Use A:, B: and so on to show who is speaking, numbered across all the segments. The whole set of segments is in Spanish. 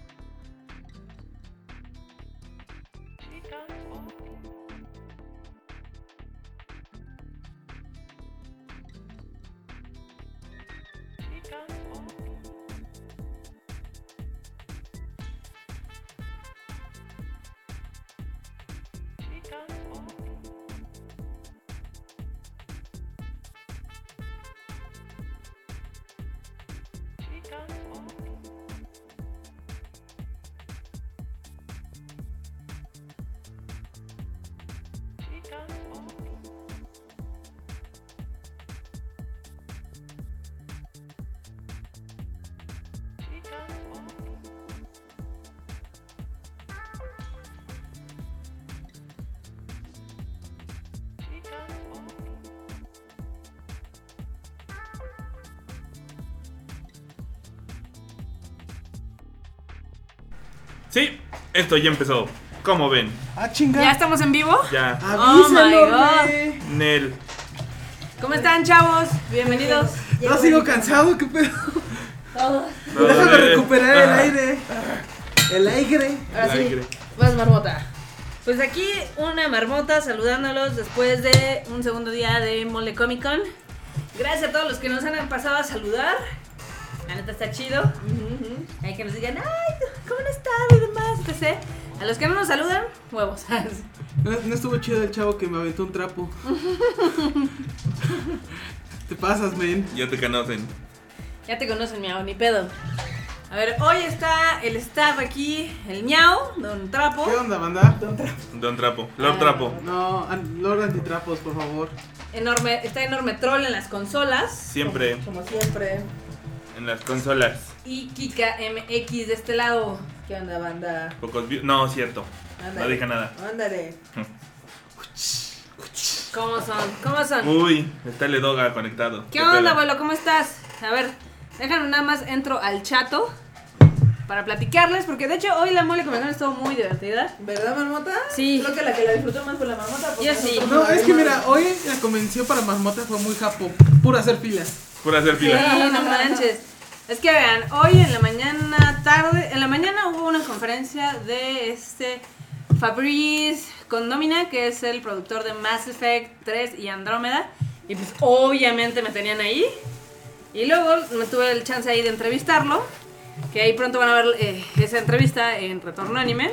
A: oh. oh. Sí, esto ya empezó. ¿Cómo ven?
B: Ah,
C: ¿Ya
B: chinga.
C: estamos en vivo?
A: Ya.
D: Ah.
C: Oh my
B: Avísalo,
C: God.
B: güey.
A: Nel.
C: ¿Cómo están, chavos? Bienvenidos.
B: No sigo cansado, qué pedo.
C: Todos.
B: Déjame
A: Eh,
B: recuperar el
A: ajá,
B: aire. El aire.
C: Ahora
A: el
C: sí,
A: aire.
C: más marmota. Pues aquí una marmota saludándolos después de un segundo día de Mole Comic Con. Gracias a todos los que nos han pasado a saludar. La neta está chido. Hay que nos digan, ay, ¿cómo han estado? Y demás, qué sé. A los que no nos saludan, huevos.
B: No, no estuvo chido el chavo que me aventó un trapo. Te pasas, men.
A: Ya te conocen.
C: Ya te conocen, miau, ni pedo. A ver, hoy está el staff aquí, el miau, don Trapo.
B: ¿Qué onda, banda?
A: Don Trapo. Lord
C: Ah.
A: Trapo.
B: No, an- Lord Antitrapos, por favor.
C: Enorme, está enorme troll en las consolas.
A: Siempre
C: Como siempre.
A: en las consolas.
C: Y Kika MX de este lado.
E: ¿Qué onda, banda?
A: Pocos views. No, cierto. No
E: Ándale.
A: dije nada.
E: Ándale.
C: ¿Cómo son? ¿Cómo son?
A: Uy, está el Edoga conectado.
C: ¿Qué onda,
A: pedo?
C: abuelo? ¿Cómo estás? A ver, déjame nada más entro al chato para platicarles, porque de hecho hoy la mole con estuvo muy divertida.
E: ¿Verdad, marmota?
C: Sí.
E: Creo que la que la disfrutó más fue la marmota. porque
C: Yo sí.
E: nosotros
B: No, es que mira,
E: vimos.
B: hoy la convención para Marmota fue muy japo. Pura hacer filas.
A: Pura hacer
C: Sí,
A: fila.
C: no manches. Es que vean, hoy en la mañana tarde, en la mañana hubo una conferencia de este Fabrice Condomina, que es el productor de Mass Effect 3 y Andrómeda. Y pues obviamente me tenían ahí. Y luego me tuve el chance ahí de entrevistarlo, que ahí pronto van a ver eh, esa entrevista en Retorno Anime.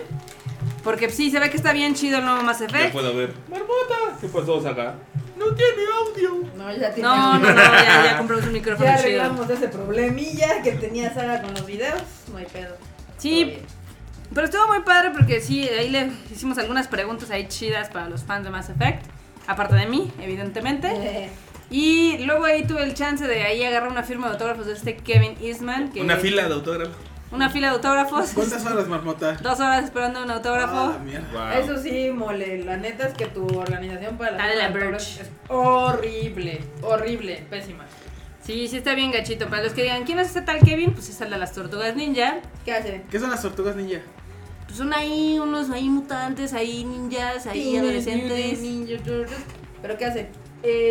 C: Porque pues, sí, se ve que está bien chido el nuevo Mass
A: Ya
C: Effect.
A: puedo ver. Marmota. ¿Qué pues, pasó, Saga? No tiene audio.
E: No, ya tiene.
C: No, no, no, ya, ya compramos un micrófono
E: Ya
C: chido.
E: arreglamos ese problemilla que tenía Sara con los videos. No hay pedo.
C: Sí,
E: Todo bien.
C: Pero estuvo muy padre porque sí, ahí le hicimos algunas preguntas ahí chidas para los fans de Mass Effect. Aparte de mí, evidentemente.
E: Eh,
C: Y luego ahí tuve el chance de ahí agarrar una firma de autógrafos de este Kevin Eastman. Que
A: Una fila de autógrafo.
C: Una fila de autógrafos.
B: ¿Cuántas horas, Marmota?
C: Dos horas esperando un
B: Ah,
C: autógrafo.
B: mierda.
A: Wow.
E: Eso sí, mole. La neta es que tu organización para la
C: Dale la
E: firma de
C: Birch.
E: autógrafos es horrible. Horrible. Pésima.
C: Sí, sí está bien gachito. Para los que digan, ¿quién es este tal Kevin? Pues es el de las tortugas ninja.
E: ¿Qué hace?
B: ¿Qué son las tortugas ninja?
C: Pues son ahí unos ahí mutantes, ahí ninjas, ahí adolescentes.
E: Ninja Turtles. ¿Pero qué hace?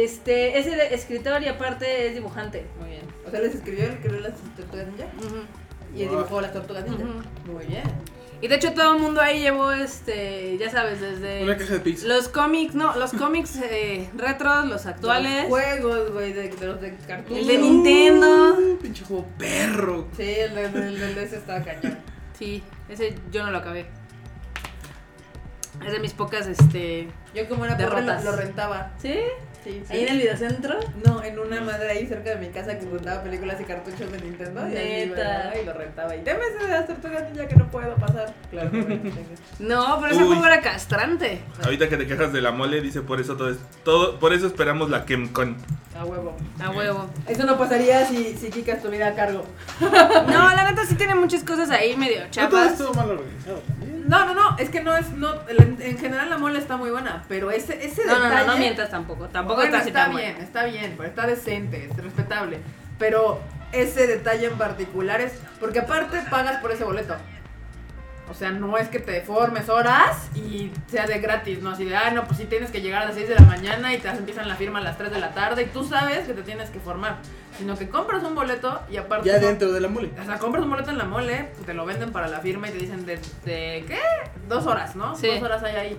C: Este, es el escritor y aparte es dibujante.
E: Muy bien. O sea, les escribió, les creó las tortugas ninja.
C: Ujú.
E: Y
B: Wow.
E: dibujó las tortugas ninja.
C: Ujú.
E: Muy bien.
C: Y de hecho todo el mundo ahí llevó, este, ya sabes, desde
B: Una caja de pizza.
C: los cómics, no, los cómics eh, retros, los actuales,
E: Los juegos, güey, de, de los de cartón.
C: el de Nintendo.
B: Uh, pinche juego perro.
E: Sí, el del el del de ese estaba cañón.
C: Sí, ese yo no lo acabé. Es de mis pocas, este...
E: Yo como era
C: De
E: pobre lo,
C: ratas.
E: lo rentaba.
C: ¿Sí?
E: Sí, sí.
C: Ahí en el videocentro.
E: No, en una madre ahí cerca de mi casa que juntaba películas y cartuchos de Nintendo. Y ahí iba,
C: Neta.
E: ¿no? Y lo rentaba. Y deme ese de las tortugas ninja que no puedo pasar. Claro, que me lo tengo.
C: No, pero ese
A: Uy.
C: juego era castrante.
A: Ahorita que te quejas de la mole, dice por eso todo es. Todo, por eso esperamos la KemCon.
E: A huevo.
C: A huevo.
E: Eso no pasaría si, si Kika estuviera a cargo.
C: No, la neta sí tiene muchas cosas ahí medio
B: No todo
C: chapas.
B: estuvo mal organizado también.
E: No, no, no, es que no es, no, en en general la mole está muy buena, pero ese, ese
C: No, no, no,
E: detalle...
C: no mientas tampoco. Tampoco
E: Bueno,
C: está así tan
E: bien,
C: bueno.
E: está bien, pero está decente, es respetable. Pero ese detalle en particular es, porque aparte pagas por ese boleto. O sea, no es que te formes horas y sea de gratis, no así de, ah, no, pues sí tienes que llegar a las 6 de la mañana y te empiezan la firma a las 3 de la tarde y tú sabes que te tienes que formar, sino que compras un boleto y aparte...
B: Ya
E: no-
B: dentro de la mole.
E: o sea, compras un boleto en la mole, te lo venden para la firma y te dicen desde, ¿qué? Dos horas, ¿no?
C: Sí.
E: Dos horas hay ahí.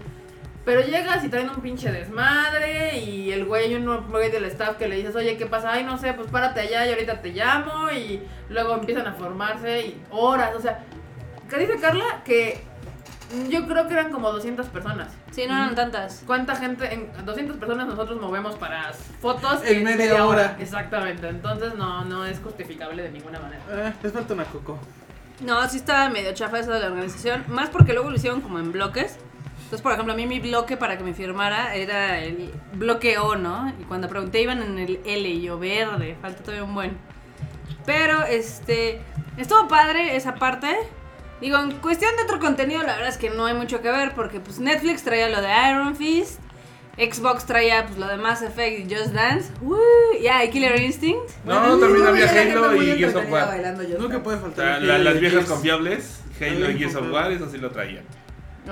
E: Pero llegas y traen un pinche desmadre y el güey, hay un güey del staff que le dices, oye, ¿qué pasa? Ay, no sé, pues párate allá y ahorita te llamo y luego empiezan a formarse y horas, o sea, ¿qué dice Carla? Que yo creo que eran como 200 personas.
C: Sí, no eran tantas.
E: ¿Cuánta gente? En 200 personas nosotros movemos para fotos
B: En media hora.
E: Exactamente, entonces no, no es justificable de ninguna manera.
B: Ah, les falta una coco.
C: No, sí estaba medio chafa eso de la organización. Más porque luego lo hicieron como en bloques. Entonces, por ejemplo, a mí mi bloque para que me firmara era el bloque O, ¿no? Y cuando pregunté iban en el L y yo verde. Falta todavía un buen. Pero, este, estuvo padre esa parte. Digo, en cuestión de otro contenido, la verdad es que no hay mucho que ver porque pues Netflix traía lo de Iron Fist. Xbox traía pues lo de Mass Effect y Just Dance. ¡Woo! Ya, y Killer Instinct.
A: No, también
E: Uy,
A: había
E: la gente
A: Halo
E: muy
A: y Gears of
E: entretenida
A: War.
E: bailando Just
B: Nunca
E: Dance.
B: puede
A: O sea,
B: faltar.
A: la- las viejas
B: Yes.
A: confiables, Halo y
B: Gears
A: Gears
B: of
A: of War, eso sí lo traían.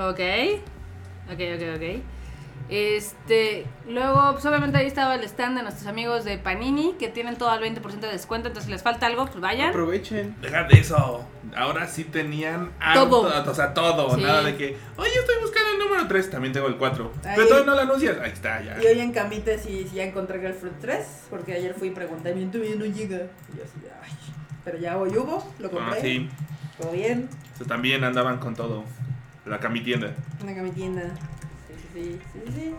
C: Ok. Ok, ok, ok. Este, luego, pues obviamente ahí estaba el stand de nuestros amigos de Panini, que tienen todo al 20% de descuento, entonces si les falta algo, pues vayan.
B: Aprovechen.
A: Deja de eso. Ahora sí tenían
C: Todo.
A: harto- O sea, todo.
C: Sí.
A: Nada de que, oye, estoy buscando el número 3. También tengo el 4.
E: Ay.
A: Pero todavía no lo anuncias. Ahí está, ya.
E: Y hoy en Camite sí, sí ya encontré Girlfriend 3, porque ayer fui y pregunté, bien, todavía no llega. Y yo así, de, ay. Pero ya hoy hubo, lo
A: Ah,
E: compré,
A: sí.
E: todo bien,
A: O sea, también andaban con todo. La camitienda.
E: una camitienda. Sí, sí, sí, sí, sí.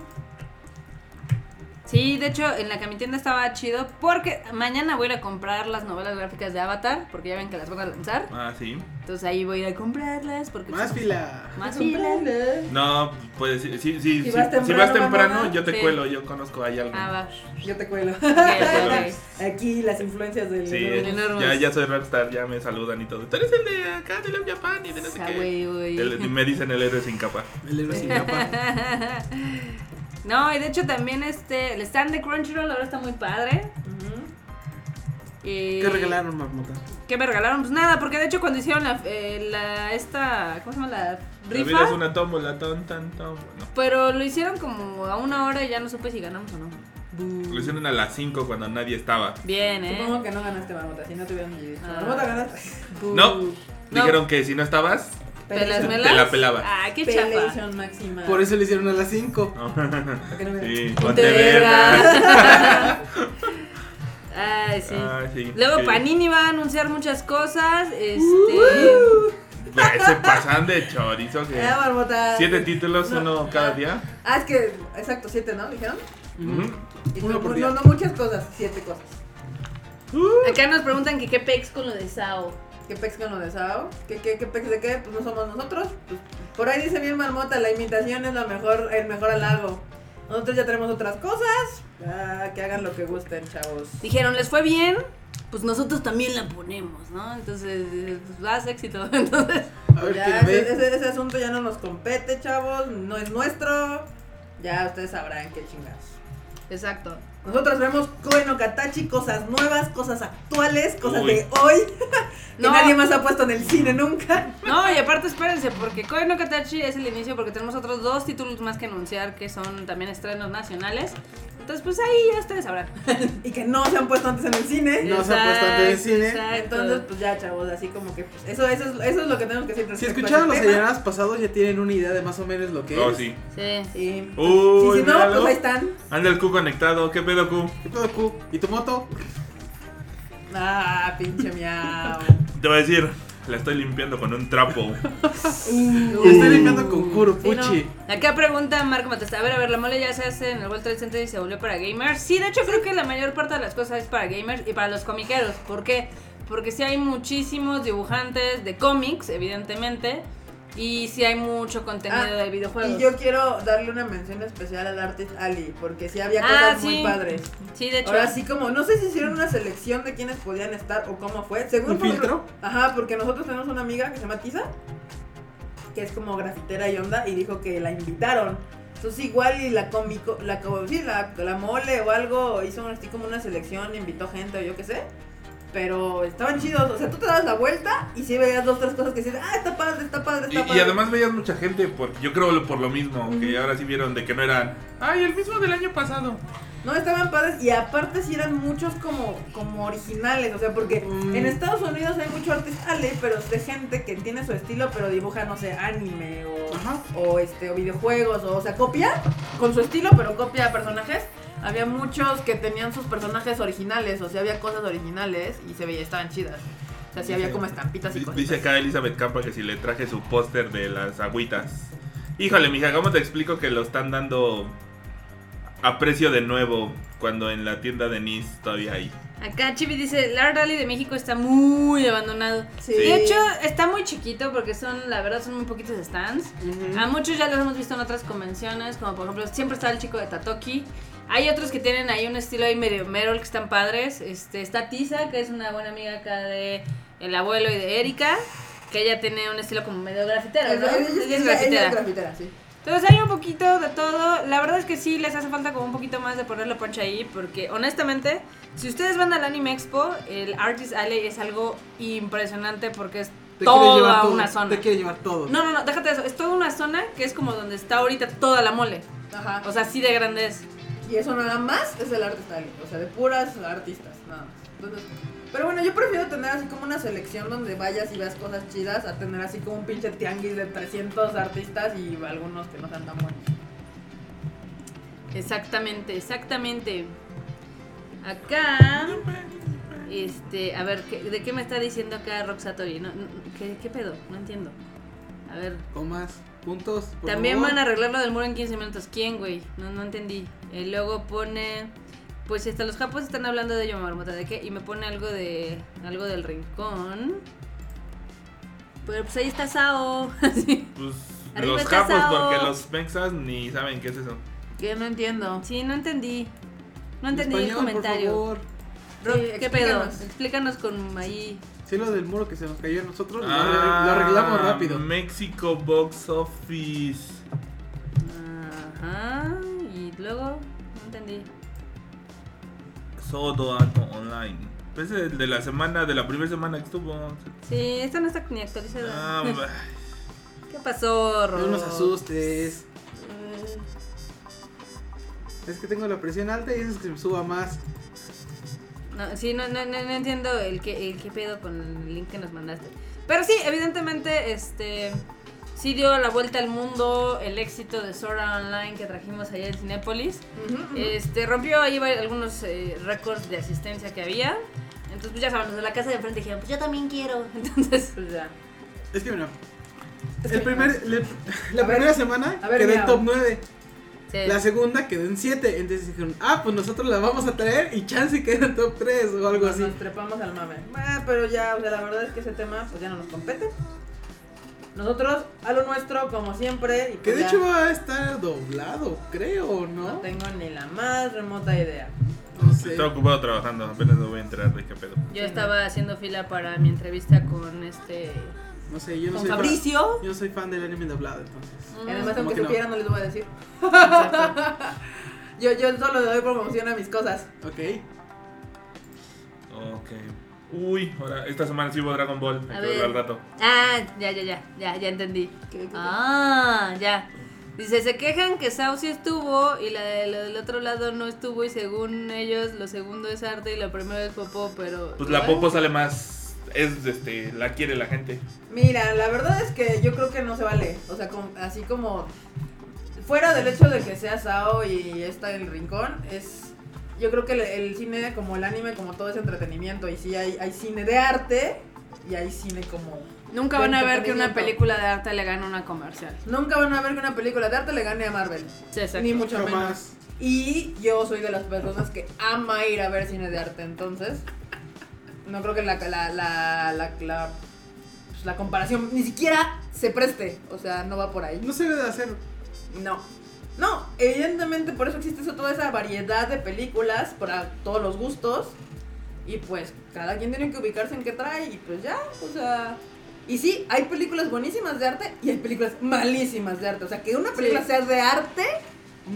C: Sí, de hecho, en la camitienda estaba chido, porque mañana voy a ir a comprar las novelas gráficas de Avatar, porque ya ven que las van a lanzar.
A: Ah, sí.
C: Entonces ahí voy a ir a comprarlas, porque...
B: Más
C: pues,
B: fila.
E: Ah,
C: Más fila.
E: Comprarle.
A: No, pues sí, sí, sí,
E: Si
A: sí,
E: vas
A: si
E: temprano,
A: vas temprano,
E: mamá.
A: yo te
C: Sí.
A: cuelo, yo conozco ahí algo.
C: Ah, va.
E: Yo te cuelo.
C: Ok,
E: Aquí las influencias del...
A: Sí,
E: del-
C: Enormes.
A: ya, ya soy rockstar, ya me saludan y todo. Tú eres el de acá, de Love Japan y de no
C: ok, ok.
A: sé
C: Ah,
A: qué.
C: güey, güey.
A: El- me dicen el héroe sin capa.
B: El héroe sin capa.
C: No, y de hecho también este, el stand de Crunchyroll ahora está muy padre.
E: Ujú.
C: Y-
B: ¿Qué regalaron, Marmota?
C: ¿Qué me regalaron? Pues nada, porque de hecho cuando hicieron la, eh, la- esta, ¿cómo se llama? La
A: La vida es
C: rifa.
A: una tómbola, ton, tan, tómbola. No.
C: Pero lo hicieron como a una hora y ya no supe si ganamos o no.
A: Lo hicieron a las 5 cuando nadie estaba.
C: Bien, ¿eh?
E: Supongo que no ganaste Marmota, si no te hubieran dicho.
C: Ah.
E: Marmota ganaste.
C: Bu.
A: No,
C: No.
A: dijeron que si no estabas,
C: ¿Pelas
E: Pelation.
C: melas?
A: Te la pelaba.
C: Ah, qué chafa.
E: Pelation máxima.
F: Ah.
B: Por eso le hicieron a las 5.
A: no.
E: ¿Por qué no me-
A: sí,
C: Ponte
A: ponte verga.
C: verga. Ay, sí.
A: Ah, sí,
C: Luego
A: sí.
C: Panini va a anunciar muchas cosas. Este.
A: Ay, Se pasan de chorizo que.
E: Ah, Marmota.
A: Siete títulos,
E: No.
A: uno cada día.
E: Ah, es que, exacto, siete, ¿no? Dijeron.
A: Ujú.
E: Y
B: Uno
E: no-
B: por
E: no,
B: día.
E: no, muchas cosas, siete cosas.
C: Acá nos preguntan que qué pex con lo de Sao.
E: ¿Qué pex con lo de Sao? ¿Qué, qué, qué pex de qué? Pues no somos nosotros. Pues, por ahí dice bien Marmota, la imitación es la mejor, el mejor halago. Nosotros ya tenemos otras cosas. Ah, que hagan lo que gusten, chavos.
C: dijeron, les fue bien, pues nosotros también la ponemos, ¿no? Entonces, eh, pues vas éxito. Entonces,
B: A ver
E: Ya,
B: quién
E: ese,
B: ve.
E: ese- ese asunto ya no nos compete, chavos. No es nuestro. Ya ustedes sabrán qué chingados.
C: exacto.
F: Nosotros vemos Koe no Katachi, cosas nuevas, cosas actuales, cosas
A: Uy.
F: de hoy, que
C: No.
F: nadie más ha puesto en el cine nunca.
C: No, y aparte espérense, porque Koe no Katachi es el inicio, porque tenemos otros dos títulos más que anunciar que son también estrenos nacionales. Entonces, pues ahí ya ustedes sabrán.
F: Y que no se han puesto antes en el cine.
D: No se ha puesto antes del cine.
F: Entonces, pues ya, chavos, así como que pues, eso, eso, es, eso es lo que tenemos que decir.
D: Si
F: respecto a
D: escucharon los
F: ese tema.
D: señoras pasados ya tienen una idea de más o menos lo que
A: Oh,
D: es.
A: sí.
C: Sí.
F: Sí.
A: Uy,
F: Sí, si no,
A: míralo.
F: pues ahí están.
A: Anda el Q conectado. ¿Qué pedo, Q?
D: ¿Qué pedo, Q? ¿Y tu moto?
F: Ah, pinche miau.
A: Te voy a decir, la estoy limpiando con un trapo.
F: Uh.
D: Te estoy limpiando con
C: Sí, no.
D: Kuropuchi.
C: Acá pregunta Marco Matos, a ver, a ver, la mole ya se hace en el World Trade Center y se volvió para gamers. Sí, de hecho creo que la mayor parte de las cosas es para gamers y para los comiqueros. ¿Por qué? Porque sí hay muchísimos dibujantes de cómics, evidentemente, y sí hay mucho contenido
F: Ah,
C: de videojuegos.
F: Y yo quiero darle una mención especial al Artist Ali, porque sí había
C: Ah,
F: cosas muy
C: sí.
F: padres.
C: Sí, de hecho.
F: Ahora sí, como, no sé si hicieron una selección de quiénes podían estar o cómo fue. Según
D: ¿Un
F: por-
D: filtro?
F: Ajá, porque nosotros tenemos una amiga que se llama Tiza, que es como grafitera y onda, y dijo que la invitaron. Entonces igual y la comico, la, co- sí, la, la mole o algo, hizo un- así como una selección, invitó gente o yo qué sé. Pero estaban chidos, o sea, tú te das la vuelta y sí veías dos, tres cosas que dices, ah, está padre, está padre,
A: Y,
F: está padre.
A: y además veías mucha gente, por, yo creo por lo mismo, que
F: Ujú.
A: ahora sí vieron de que no eran. Ay, el mismo del año pasado.
F: No, estaban padres y aparte sí eran muchos como, como originales, o sea, porque
D: Mm.
F: en Estados Unidos hay mucho artista ale, pero es de gente que tiene su estilo, pero dibuja, no sé, anime o,
D: Ajá.
F: o, este, o videojuegos, o, o sea, copia con su estilo, pero copia personajes. Había muchos que tenían sus personajes originales, o sea, había cosas originales y se veía, estaban chidas. O sea, sí había como estampitas y
A: Di-
F: cosas.
A: Dice acá Elizabeth Campa que si le traje su póster de las agüitas. Híjole, mija, ¿cómo te explico que lo están dando a precio de nuevo cuando en la tienda de Nice todavía hay?
C: Acá Chibi dice, la Rally de México está muy abandonado.
F: Sí.
C: De hecho, está muy chiquito porque son, la verdad, son muy poquitos stands. A muchos ya los hemos visto en otras convenciones, como por ejemplo, siempre está el chico de Tatoki. Hay otros que tienen ahí un estilo ahí medio Merol que están padres. Este, está Tisa, que es una buena amiga acá de el abuelo y de Erika, que ella tiene un estilo como medio grafitero, ¿no?
F: Ella- ella-
C: Ella es
F: ella- ella
C: grafitera.
F: es grafitera, sí.
C: Entonces hay un poquito de todo. La verdad es que sí les hace falta como un poquito más de ponerle poncha ahí. Porque honestamente, si ustedes van al Anime Expo, el Artist Alley es algo impresionante porque es
D: Te quiere
C: toda
D: llevar todo.
C: una zona.
D: Te quiere llevar todo.
C: No, no, no, déjate eso. Es toda una zona que es como donde está ahorita toda la mole.
F: Ajá.
C: O sea, así de grande es.
F: Y eso nada más es el arte style, o sea, de puras artistas, nada más. Entonces, pero bueno, yo prefiero tener así como una selección donde vayas y veas cosas chidas a tener así como un pinche tianguis de 300 artistas y algunos que no sean tan buenos.
C: Exactamente, exactamente. Acá. Este, a ver, ¿qué- ¿de qué me está diciendo acá Roxatori? No, no, ¿qué, ¿Qué pedo? No entiendo. A ver,
D: Comas, puntos. por
C: También
D: favor.
C: van a arreglar lo del muro en 15 minutos. ¿Quién, güey? No, no entendí. Eh, luego pone. Pues hasta los japos están hablando de ello, marmota. ¿De qué? Y me pone algo de. algo del rincón. Pero pues ahí está Sao. sí.
A: Pues
C: Arriba
A: los
C: está
A: japos,
C: Sao.
A: porque los mexas ni saben qué es eso.
F: Que no entiendo.
C: Sí, no entendí. No
D: En
C: entendí
D: español,
C: el comentario.
D: Por favor.
C: Rob,
F: Sí,
C: ¿Qué pedo?
F: explícanos.
C: Explícanos con ahí.
D: Sí, lo del muro que se nos cayó a nosotros. lo
A: Ah,
D: arregl- lo arreglamos rápido.
A: México Box Office.
C: Ajá. Y luego. No entendí.
A: Sodo Ato Online. Pues es el de la semana, de la primera semana que estuvo.
C: Sí, esta no está ni actualizada.
A: Ah,
C: ¿Qué pasó, Eh, Rob?
D: No nos asustes. Es que tengo la presión alta y es que me suba más.
C: No, sí, no, no, no, no entiendo el qué, el qué pedo con el link que nos mandaste. Pero sí, evidentemente, este. Sí dio la vuelta al mundo el éxito de Sora Online que trajimos ayer en Cinépolis. Este, rompió ahí vari- algunos eh, récords de asistencia que había. Entonces, pues ya saben, los de la casa de enfrente dijeron, pues yo también quiero. Entonces, pues ya.
D: Es que mira. El primer, le- la
F: A ver,
D: primera semana
F: a ver, Eh.
D: quedó en
F: mira.
D: top 9.
C: sí.
D: La segunda quedó en 7. Entonces dijeron, ah, pues nosotros la vamos a traer y chance queda en top 3 o algo así.
F: Nos trepamos al mame. Ah, pero ya, o sea, la verdad es que ese tema pues ya no nos compete. Nosotros a lo nuestro, como siempre. Y
D: Que
F: pues
D: de
F: ya
D: hecho va a estar doblado, creo,
F: no
D: ¿no?
F: tengo ni la más remota idea.
D: No sé.
A: Estaba ocupado trabajando, apenas me voy a enterar de qué pedo.
C: Yo estaba haciendo fila para mi entrevista con este.
D: No sé, yo no
C: con
D: soy fan.
C: Fabricio.
D: Yo no
F: Mm.
D: soy fan del anime doblado, entonces.
F: Y además,
D: ¿Cómo
F: aunque
D: que no?
F: supiera, no les voy a decir. Yo, yo solo le doy promoción a mis cosas.
D: Ok.
A: Ok. Uy, ahora, esta semana sí hubo Dragon Ball. Hay
C: A
A: que verlo
C: ver.
A: al rato.
C: Ah, ya, ya, ya, ya, ya entendí.
F: ¿Qué- qué-
C: Ah, ya. Dice, se quejan que Sao sí estuvo y la, de- la del otro lado no estuvo y según ellos lo segundo es arte y lo primero es popó, pero...
A: Pues la
C: ¿Ah?
A: Popo sale más. Es este. La quiere la gente.
F: Mira, la verdad es que yo creo que no se vale. O sea, com- así como. Fuera del hecho de que sea Sao y está el rincón, es. Yo creo que el, el cine, como el anime, como todo es entretenimiento. Y sí, hay, hay cine de arte y hay cine como.
C: Nunca van a ver que una
F: Entretenimiento.
C: película de arte le gana una comercial.
F: Nunca van a ver que una película de arte le gane a Marvel.
C: Sí, exacto.
F: Ni mucho menos.
D: Jamás.
F: Y yo soy de las personas que ama ir a ver cine de arte, entonces no creo que la, la, la, la, la, pues, la comparación ni siquiera se preste, o sea, no va por ahí.
D: No se debe de hacer.
F: No. No, evidentemente por eso existe eso- toda esa variedad de películas para todos los gustos y pues cada quien tiene que ubicarse en qué trae y pues ya, o sea... Y sí, hay películas buenísimas de arte y hay películas malísimas de arte. O sea, que una película
C: Sí.
F: sea de arte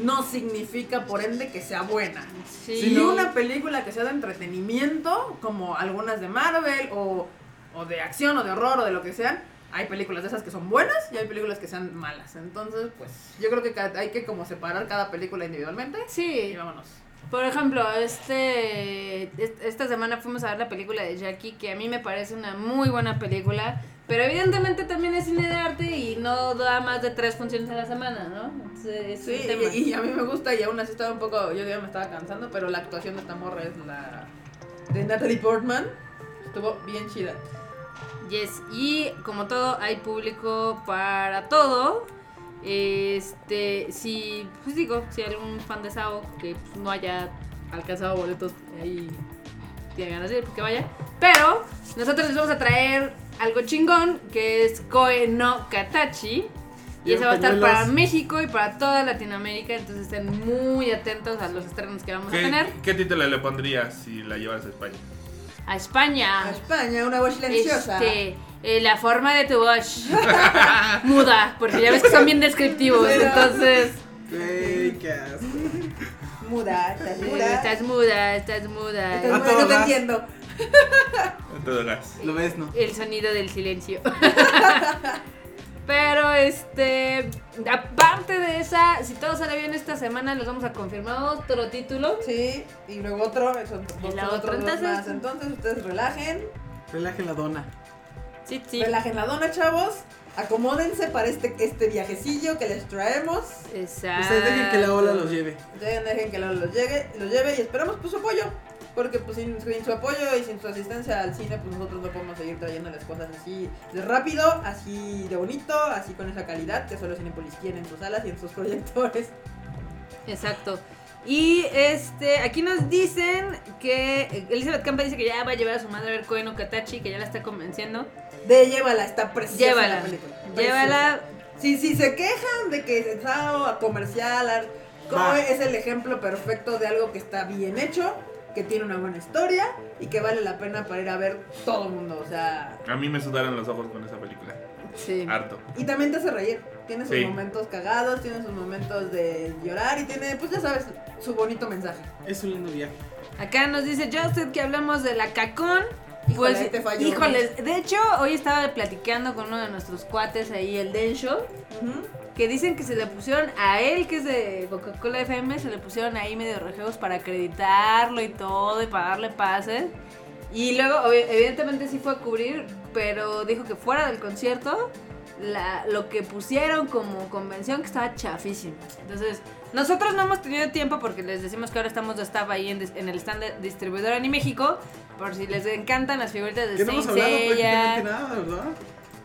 F: no significa por ende que sea buena.
C: Sí.
F: Y una película que sea de entretenimiento, como algunas de Marvel, o, o de acción, o de horror, o de lo que sean, hay películas de esas que son buenas y hay películas que sean malas. Entonces, pues, yo creo que ca- hay que como separar cada película individualmente y
C: Sí.
F: vámonos.
C: Por ejemplo, este est- esta semana fuimos a ver la película de Jackie, que a mí me parece una muy buena película, pero evidentemente también es cine de arte y no da más de tres funciones a la semana, ¿no? Entonces, es un
F: Sí,
C: tema.
F: y, y a mí me gusta y aún así estaba un poco, yo ya me estaba cansando, pero la actuación de esta morra es la de Natalie Portman. Estuvo bien chida.
C: Yes, y como todo, hay público para todo. Este, si, pues digo, si algún fan de Sao que pues, no haya alcanzado boletos ahí tiene ganas de ir, porque vaya. Pero nosotros les vamos a traer algo chingón que es Koe no Katachi. Y
D: Bien,
C: esa va a estar
D: pañuelos.
C: para México y para toda Latinoamérica, entonces estén muy atentos a los estrenos que vamos a
A: ¿Qué,
C: tener.
A: qué título le pondrías si la llevaras a España?
C: A España.
F: A España, una voz silenciosa.
C: Ah. Este, eh, la forma de tu voz muda, porque ya ves que son bien descriptivos, entonces
D: Güey, qué asco.
F: Muda, estás
C: eh,
F: muda.
C: estás muda, estás muda.
F: Estás
D: A
C: eh,
F: muda,
D: todo
F: no te
D: gas.
F: entiendo.
A: Todo gas.
D: Lo ves, ¿no?
C: El sonido del silencio. Pero este, aparte de esa, si todo sale bien esta semana, les vamos a confirmar otro título.
F: Sí, y luego otro, son
C: Y la
F: son
C: otra,
F: otros dos
C: entonces-
F: más. Entonces ustedes relajen,
D: Relajen la dona.
C: Sí, sí.
F: relajen la dona, chavos. Acomódense para este, este viajecillo que les traemos.
C: Exacto.
D: Ustedes dejen que la ola los lleve.
F: Dejen, dejen que lo- los, llegue, los lleve y esperamos pues, su apoyo. Porque pues sin, sin su apoyo y sin su asistencia al cine, pues nosotros no podemos seguir trayendo las cosas así de rápido, así de bonito, así con esa calidad que solo Cinepolis tiene en sus salas y en sus proyectores.
C: Exacto. Y este, aquí nos dicen que Elizabeth Campa dice que ya va a llevar a su madre a ver Koen o Katachi, que ya la está convenciendo.
F: De llévala, está preciosa
C: Llévala.
F: la película. Preciosa.
C: Llévala.
F: Si sí, se quejan de que Sao a comercial, ar- como
D: Va.
F: es el ejemplo perfecto de algo que está bien hecho, que tiene una buena historia y que vale la pena para ir a ver todo el mundo, o sea,
A: A mí me sudaron los ojos con esa película.
C: Sí.
A: Harto.
F: y también te hace reír. Tiene sus
A: Sí.
F: momentos cagados, tiene sus momentos de llorar y tiene, pues ya sabes, su bonito mensaje.
D: Es un lindo viaje.
C: Acá nos dice Justin que hablamos de la cacón. pues,
F: Híjole, ahí te falló.
C: híjoles, de hecho, hoy estaba platicando con uno de nuestros cuates ahí, el Densho,
F: Ujú.
C: que dicen que se le pusieron a él, que es de Coca-Cola FM, se le pusieron ahí medio rejeos para acreditarlo y todo, y para darle pases. Y luego, obvi- evidentemente sí fue a cubrir, pero dijo que fuera del concierto, la- lo que pusieron como convención que estaba chafísimo. Entonces, nosotros no hemos tenido tiempo porque les decimos que ahora estamos de staff ahí en, dis- en el stand de distribuidora en México, por si les encantan las figuritas de
D: Que no hemos
C: Saint
D: hablado pues, prácticamente
C: Seiya.
D: nada, ¿verdad?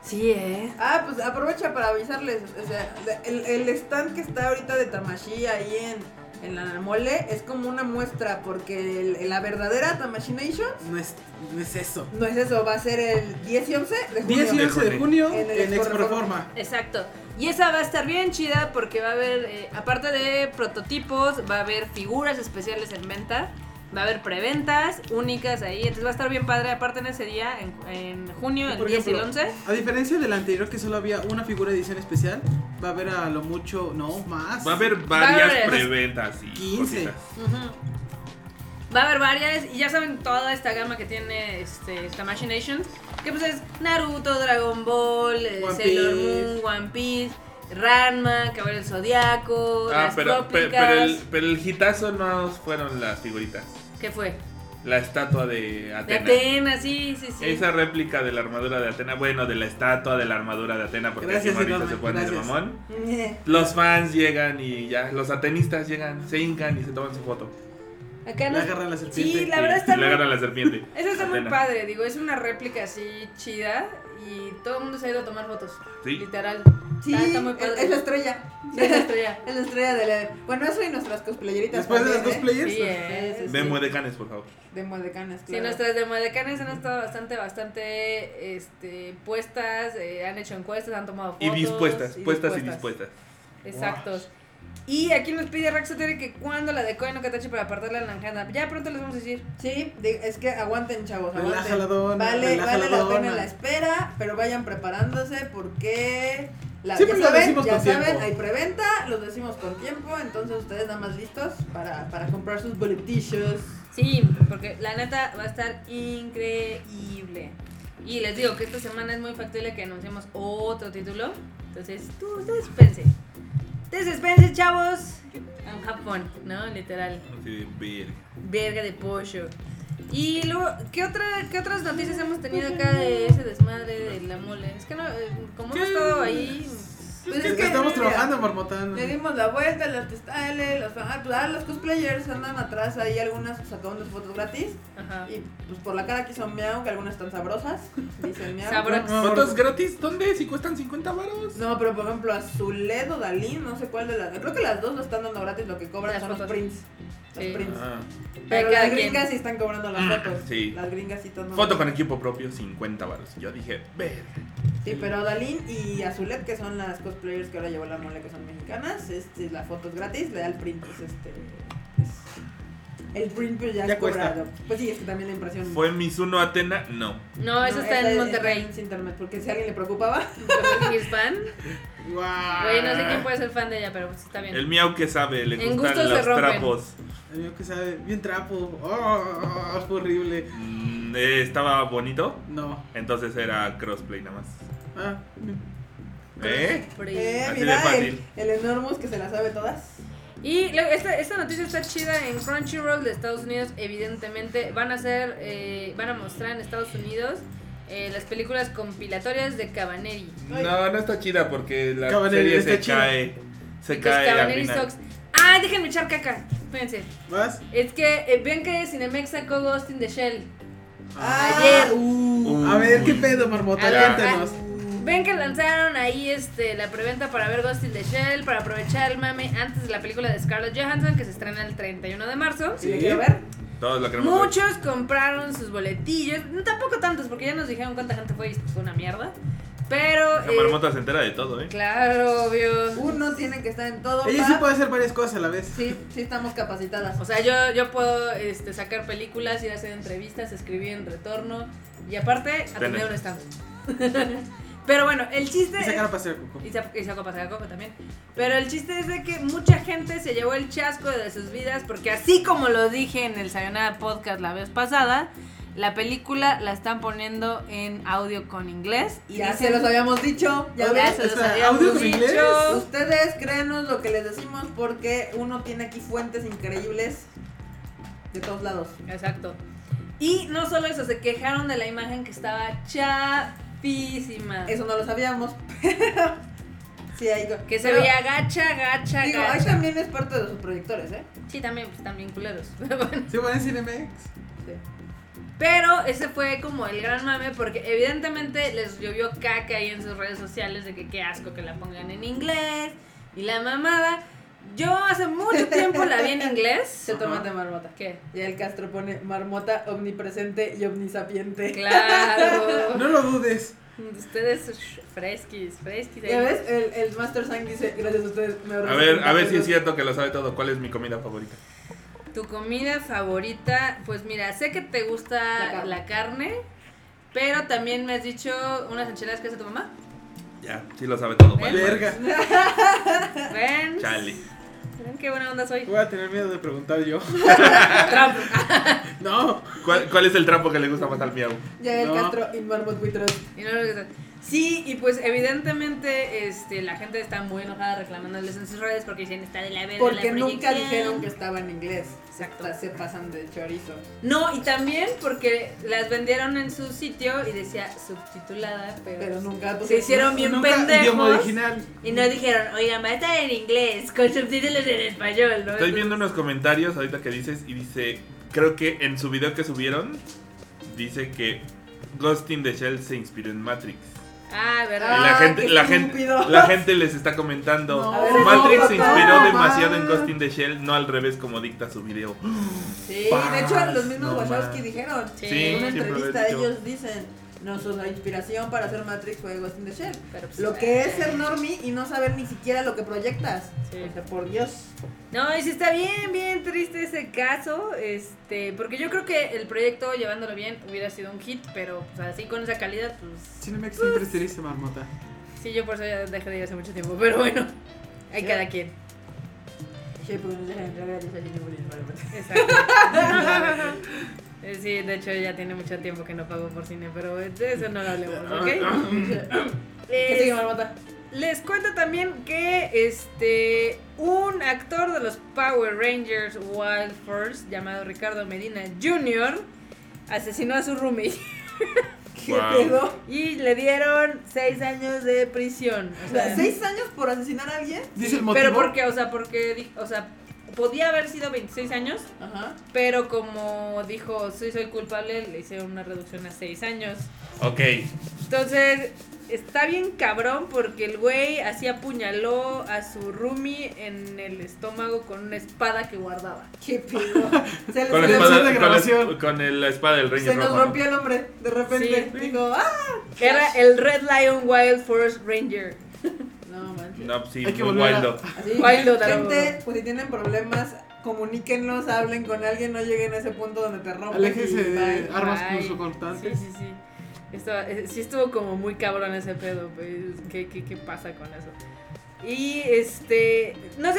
C: Sí, eh.
F: Ah, pues aprovecha para avisarles. O sea, la- el, el stand que está ahorita de Tamashi ahí en, en la mole es como una muestra, porque el- la verdadera Tamashi Nation
D: No es, no es eso.
F: no es eso, va a ser el 10 y 11 de junio.
D: 10 y 11 de junio
F: En el
D: en
F: Expo
D: Exproforma.
C: Exacto. Y esa va a estar bien chida porque va a haber, eh, aparte de prototipos, va a haber figuras especiales en venta. Va a haber preventas únicas ahí. Entonces va a estar bien padre. Aparte en ese día, en, en junio, el
D: Por
C: 10 y el
D: ejemplo,
C: 11.
D: A diferencia del anterior que solo había una figura de edición especial, va a haber a lo mucho, no, más.
A: Va a haber
C: Va a
A: varias
C: haber
A: preventas y
D: 15.
A: cositas.
C: Ujú. Va a haber varias y ya saben toda esta gama que tiene este, esta Machination, que pues es Naruto, Dragon Ball, eh,
D: One
C: Sailor Moon, One Piece, Ranma, Caballero del Zodiaco,
A: Ah,
C: las
A: pero, pe-
C: trópicas.
A: pero el, pero el hitazo no fueron las figuritas.
C: ¿Qué fue?
A: La estatua de
C: De
A: Atena.
C: Atenas, sí, sí, sí.
A: Esa réplica de la armadura de Atena, bueno, de la estatua de la armadura de Atena, porque
D: Gracias,
A: aquí ahorita
D: enorme,
A: se pone de
D: gracias.
A: mamón.
F: Eh,
A: Los fans llegan y ya, los atenistas llegan, se hincan y se toman su foto.
C: Acá
D: Le
C: no.
D: agarran la serpiente.
C: Sí, la verdad está
A: y le
C: muy
A: agarran la serpiente.
C: Eso está muy
A: Atena.
C: padre, digo, es una réplica así chida y todo el mundo se ha ido a tomar fotos.
A: Sí.
C: Literal.
F: Sí,
C: Ah, Está- está muy padre.
F: es, es la estrella.
C: Es la estrella.
F: Es la estrella de la. Bueno, eso y nuestras cosplayeritas.
D: Después de las
F: también, ¿eh?
D: cosplayers.
C: Sí, es,
A: Ve muedecanes, por favor.
F: De moldecanas,
C: Sí,
F: claro.
C: nuestras demodecanes han estado bastante, bastante este, puestas, eh, han hecho encuestas, han tomado fotos.
A: Y dispuestas, puestas y dispuestas.
C: Exactos. Y aquí nos pide Raxotere que cuando la de Koen Okatachi para apartarla en la enjana. Ya pronto les vamos a decir.
F: Sí, de- es que aguanten, chavos. aguanten.
D: Relaja la dona,
F: Vale,
D: relaja
F: vale
D: la
F: la pena
D: dona.
F: la espera, pero vayan preparándose porque. La,
D: Siempre
F: ya
D: lo
F: saben,
D: decimos
F: ya
D: con
F: saben,
D: tiempo.
F: hay preventa, los decimos con tiempo, entonces ustedes nada más listos para, para comprar sus boletillos.
C: Sí, porque la neta va a estar increíble. Y les digo que esta semana es muy factible que anunciemos otro título. Entonces, tú, ustedes suspense. Ustedes suspense, chavos. En Japón, ¿no? Literal.
A: Así de, verga.
C: Verga de pollo. Y luego, ¿qué, otra, ¿qué otras noticias hemos tenido acá de ese desmadre de la mole? Es que no, eh, como hemos estado ahí,
F: Pues
D: Es que estamos
F: mira,
D: trabajando, marmotando.
F: Le dimos la vuelta, las testales, los, ah, pues, ah, los cosplayers andan atrás ahí, algunas sacaban unas fotos gratis.
C: ajá.
F: Y pues por la cara que hizo miau, que algunas están sabrosas, dicen miau.
C: Sabro-
A: ¿Fotos gratis? ¿Dónde? Si cuestan 50 varos.
F: No, pero por ejemplo, Azulet o Dalí, no sé cuál de las. Creo que las dos lo están dando gratis, lo que cobran
C: Las
F: son los
C: fotos.
F: prints. Los
C: Sí.
F: prints.
A: Ah,
F: Pero
C: Ay, cada
F: las gringas
C: quien.
F: sí están cobrando las fotos.
A: sí.
F: Las gringas sí están dando-
A: Foto con equipo propio, 50 varos. Yo dije, verga.
F: Sí, pero Dalín y Azulet, que son las cosplayers que ahora llevó la mole, que son mexicanas, este, la foto es gratis, le da el print, es este. es- el print pues, ya,
D: Ya
F: es
D: cuesta.
F: cobrado. Pues sí, es que también la impresión.
A: ¿Fue Mizuno Atena? No.
C: No, eso
F: No,
C: está
F: esa-
C: en
F: esa
C: Monterrey.
F: es internet, porque si a alguien le preocupaba.
C: ¿Quién es fan?
D: Guau.
C: Güey, no sé
F: Ah.
C: quién puede ser fan de ella, pero pues está bien.
A: El miau que sabe, le
C: En gusto
A: gustan
C: se
A: los
C: rompen.
A: trapos.
D: Amigo que sabe, bien trapo. Oh, fue horrible.
A: Mm, eh, estaba bonito,
D: No.
A: entonces era crossplay nada más.
D: Ah,
A: ¿Eh?
C: Free.
F: Eh,
A: Así de
F: mira, el,
A: fácil.
F: el Enormous que se la sabe todas.
C: Y luego, esta, esta noticia está chida en Crunchyroll de Estados Unidos, evidentemente. Van a hacer, eh, van a mostrar en Estados Unidos eh, las películas compilatorias de Cabaneri.
F: Ay.
A: No, no está chida porque la
D: Cabaneri
A: serie
D: está
A: se
D: chida.
A: cae. Se
C: Los
A: cae al
C: Cabaneri
A: final.
C: Socks. ¡Ah, déjenme echar caca! Espérense.
D: ¿vas?
C: Es que eh, vean que Cinemex sacó Ghost in the Shell.
F: Ah,
C: Ayer.
D: Uh, a ver, ¿qué pedo, marmota?
C: Ah,
D: Cuéntanos.
C: Ven que lanzaron ahí este, la preventa para ver Ghost in the Shell, para aprovechar el mame antes de la película de Scarlett Johansson que se estrena el 31 de marzo.
F: ¿Sí? quiero ver?
A: Todos lo queremos. ver.
C: Muchos compraron sus boletillos, no, tampoco tantos porque ya nos dijeron cuánta gente fue y fue una mierda. Pero...
A: Esa
C: eh,
A: marmota se entera de todo, ¿eh?
C: claro, obvio.
F: Uno tiene que estar en todo.
D: Ella
F: pa.
D: sí puede hacer varias cosas a la vez.
F: sí, sí estamos capacitadas.
C: O sea, yo, yo puedo este, sacar películas, ir a hacer entrevistas, escribir en retorno y aparte atender
A: Tener.
C: un stand. pero bueno, el chiste...
D: Y
C: es-
D: sacar a pasear Coco.
C: Y sa- y sacó pasar a Coco también. Pero el chiste es de que mucha gente se llevó el chasco de sus vidas porque así como lo dije en el Sayonara Podcast la vez pasada, la película la están poniendo en audio con inglés. Y
F: ya
C: dicen-
F: se los habíamos dicho. Ya
C: Ya
F: ven.
C: se los
D: Espera,
C: habíamos
D: ¿audio con
C: dicho.
D: inglés?
F: Ustedes créanos lo que les decimos porque uno tiene aquí fuentes increíbles de todos lados.
C: Exacto. Y no solo eso, se quejaron de la imagen que estaba chapísima.
F: Eso no lo sabíamos, pero sí hay
C: Que se
F: pero
C: veía gacha, gacha,
F: Digo, ahí
C: gacha.
F: también es parte de sus proyectores, ¿eh?
C: Sí, también, pues también culeros. Pero bueno.
D: ¿Sí van a Cinemex?
C: Pero ese fue como el gran mame porque evidentemente les llovió caca ahí en sus redes sociales de que qué asco que la pongan en inglés y la mamada. Yo hace mucho tiempo la vi en inglés.
F: Se toma de marmota.
C: ¿Qué?
F: Y el Castro pone marmota omnipresente y omnisapiente.
C: Claro.
D: No lo dudes.
C: Ustedes sh, fresquis, fresquis. ahí.
F: Ya ves, el, el Master Sang dice, gracias a ustedes, me ahorré
A: A ver,
F: 70
A: a ver si es
F: pesos".
A: cierto que lo sabe todo. ¿Cuál es mi comida favorita?
C: Tu comida favorita, pues mira, sé que te gusta la
E: La
C: carne,
E: carne.
C: pero también me has dicho unas enchiladas que hace tu mamá.
A: Ya, sí lo sabe todo. vale,
D: Verga.
C: Ven,
A: vale. Chale.
C: ven qué buena onda soy.
D: Voy a tener miedo de preguntar yo.
C: Trump.
D: No.
A: ¿Cuál, cuál es el trapo que le gusta más al miau?
F: Ya el
D: No.
F: Castro y Marmot Buitrón.
C: Y no lo regresan. Sí, y pues evidentemente este, la gente está muy enojada reclamándoles en sus redes porque dicen está de la verga.
F: Porque
C: la
F: nunca
C: proyección".
F: dijeron que estaba en inglés.
C: Exacto.
F: Hasta Se pasan de chorizo.
C: No, y también porque las vendieron en su sitio y decía subtitulada, pero,
F: Pero nunca.
C: se hicieron bien
D: Nunca idioma
C: pendejos.
D: original.
C: Y no dijeron, oigan, va a estar en inglés, con subtítulos en español, ¿no?
A: Estoy viendo unos comentarios ahorita que dices y dice, creo que en su video que subieron, dice que Ghost in the Shell se inspiró en Matrix.
C: Ah,
A: Y
C: ¿verdad?
A: la
F: Ah,
A: gente,
F: qué
A: la gente,
F: estúpido.
A: la gente les está comentando.
D: No.
F: A ver,
A: Matrix
F: no,
A: se
F: papá,
A: inspiró
F: mamá.
A: demasiado en Ghost in the Shell, no al revés como dicta su video.
F: Sí, de hecho, los mismos
A: No,
F: Wachowski
A: man.
F: dijeron.
C: Sí.
A: Sí,
F: En una
A: siempre lo he
F: entrevista
A: dicho.
F: ellos dicen. Nuestra inspiración para hacer Matrix fue Ghost in the Shell.
C: Pero, pues,
F: Lo que es ser normie y no saber ni siquiera lo que proyectas.
C: Sí.
F: O sea, por Dios.
C: No, y sí está bien, bien triste ese caso, este, porque yo creo que el proyecto, llevándolo bien, hubiera sido un hit, pero pues, así con esa calidad, pues
D: Cinemex siempre es triste, marmota.
C: sí, yo por eso ya dejé de ir hace mucho tiempo, pero bueno, hay
F: Sí.
C: cada quien.
F: Sí, pues, porque no dejan entrar gratis a Jenny Bullying, Marmota.
C: Exacto. Eh, sí, de hecho ya tiene mucho tiempo que no pago por cine, pero de eso no lo hablemos, ¿ok?
F: ¿Qué sigue, Marmota?
C: Les cuento también que este un actor de los Power Rangers Wild Force llamado Ricardo Medina Jr. asesinó a su roomie
F: ¿Qué
A: Wow.
F: pedo?
C: y le dieron seis años de prisión. O
F: O
C: sea,
F: sea, ¿Seis años por asesinar a alguien?
D: Dice el motivo.
C: pero porque, o sea, porque di- o sea, podía haber sido 26 años,
F: Ajá.
C: pero como dijo, sí soy culpable, le hicieron una reducción a seis años.
A: Ok,
C: Entonces, está bien cabrón porque el güey así apuñaló a su roomie en el estómago con una espada que guardaba.
F: ¿Qué pedo? Se les
A: con la espada,
D: Sí, sí, de
A: con la-
D: grabación.
A: con el- la espada del rey
F: Se nos
A: rojo. ¿no?
F: rompió el hombre, de repente.
C: Sí.
F: Digo, ¡ah!
C: Era el Red Lion Wild Forest Ranger.
F: No, manches.
A: No, sí,
D: Hay que
A: muy
D: volver a-
A: wildo.
F: Así,
C: Bailo, tarado.
F: gente, pues si tienen problemas, comuníquenlos, hablen con alguien, no lleguen a ese punto donde te rompen.
D: Aléjense
F: y
D: de
F: bye.
D: armas
C: Ay,
D: cortantes.
C: Sí, sí, sí. Esto, eh, sí estuvo como muy cabrón ese pedo, pues, ¿qué, qué, qué pasa con eso? Y este, no sé,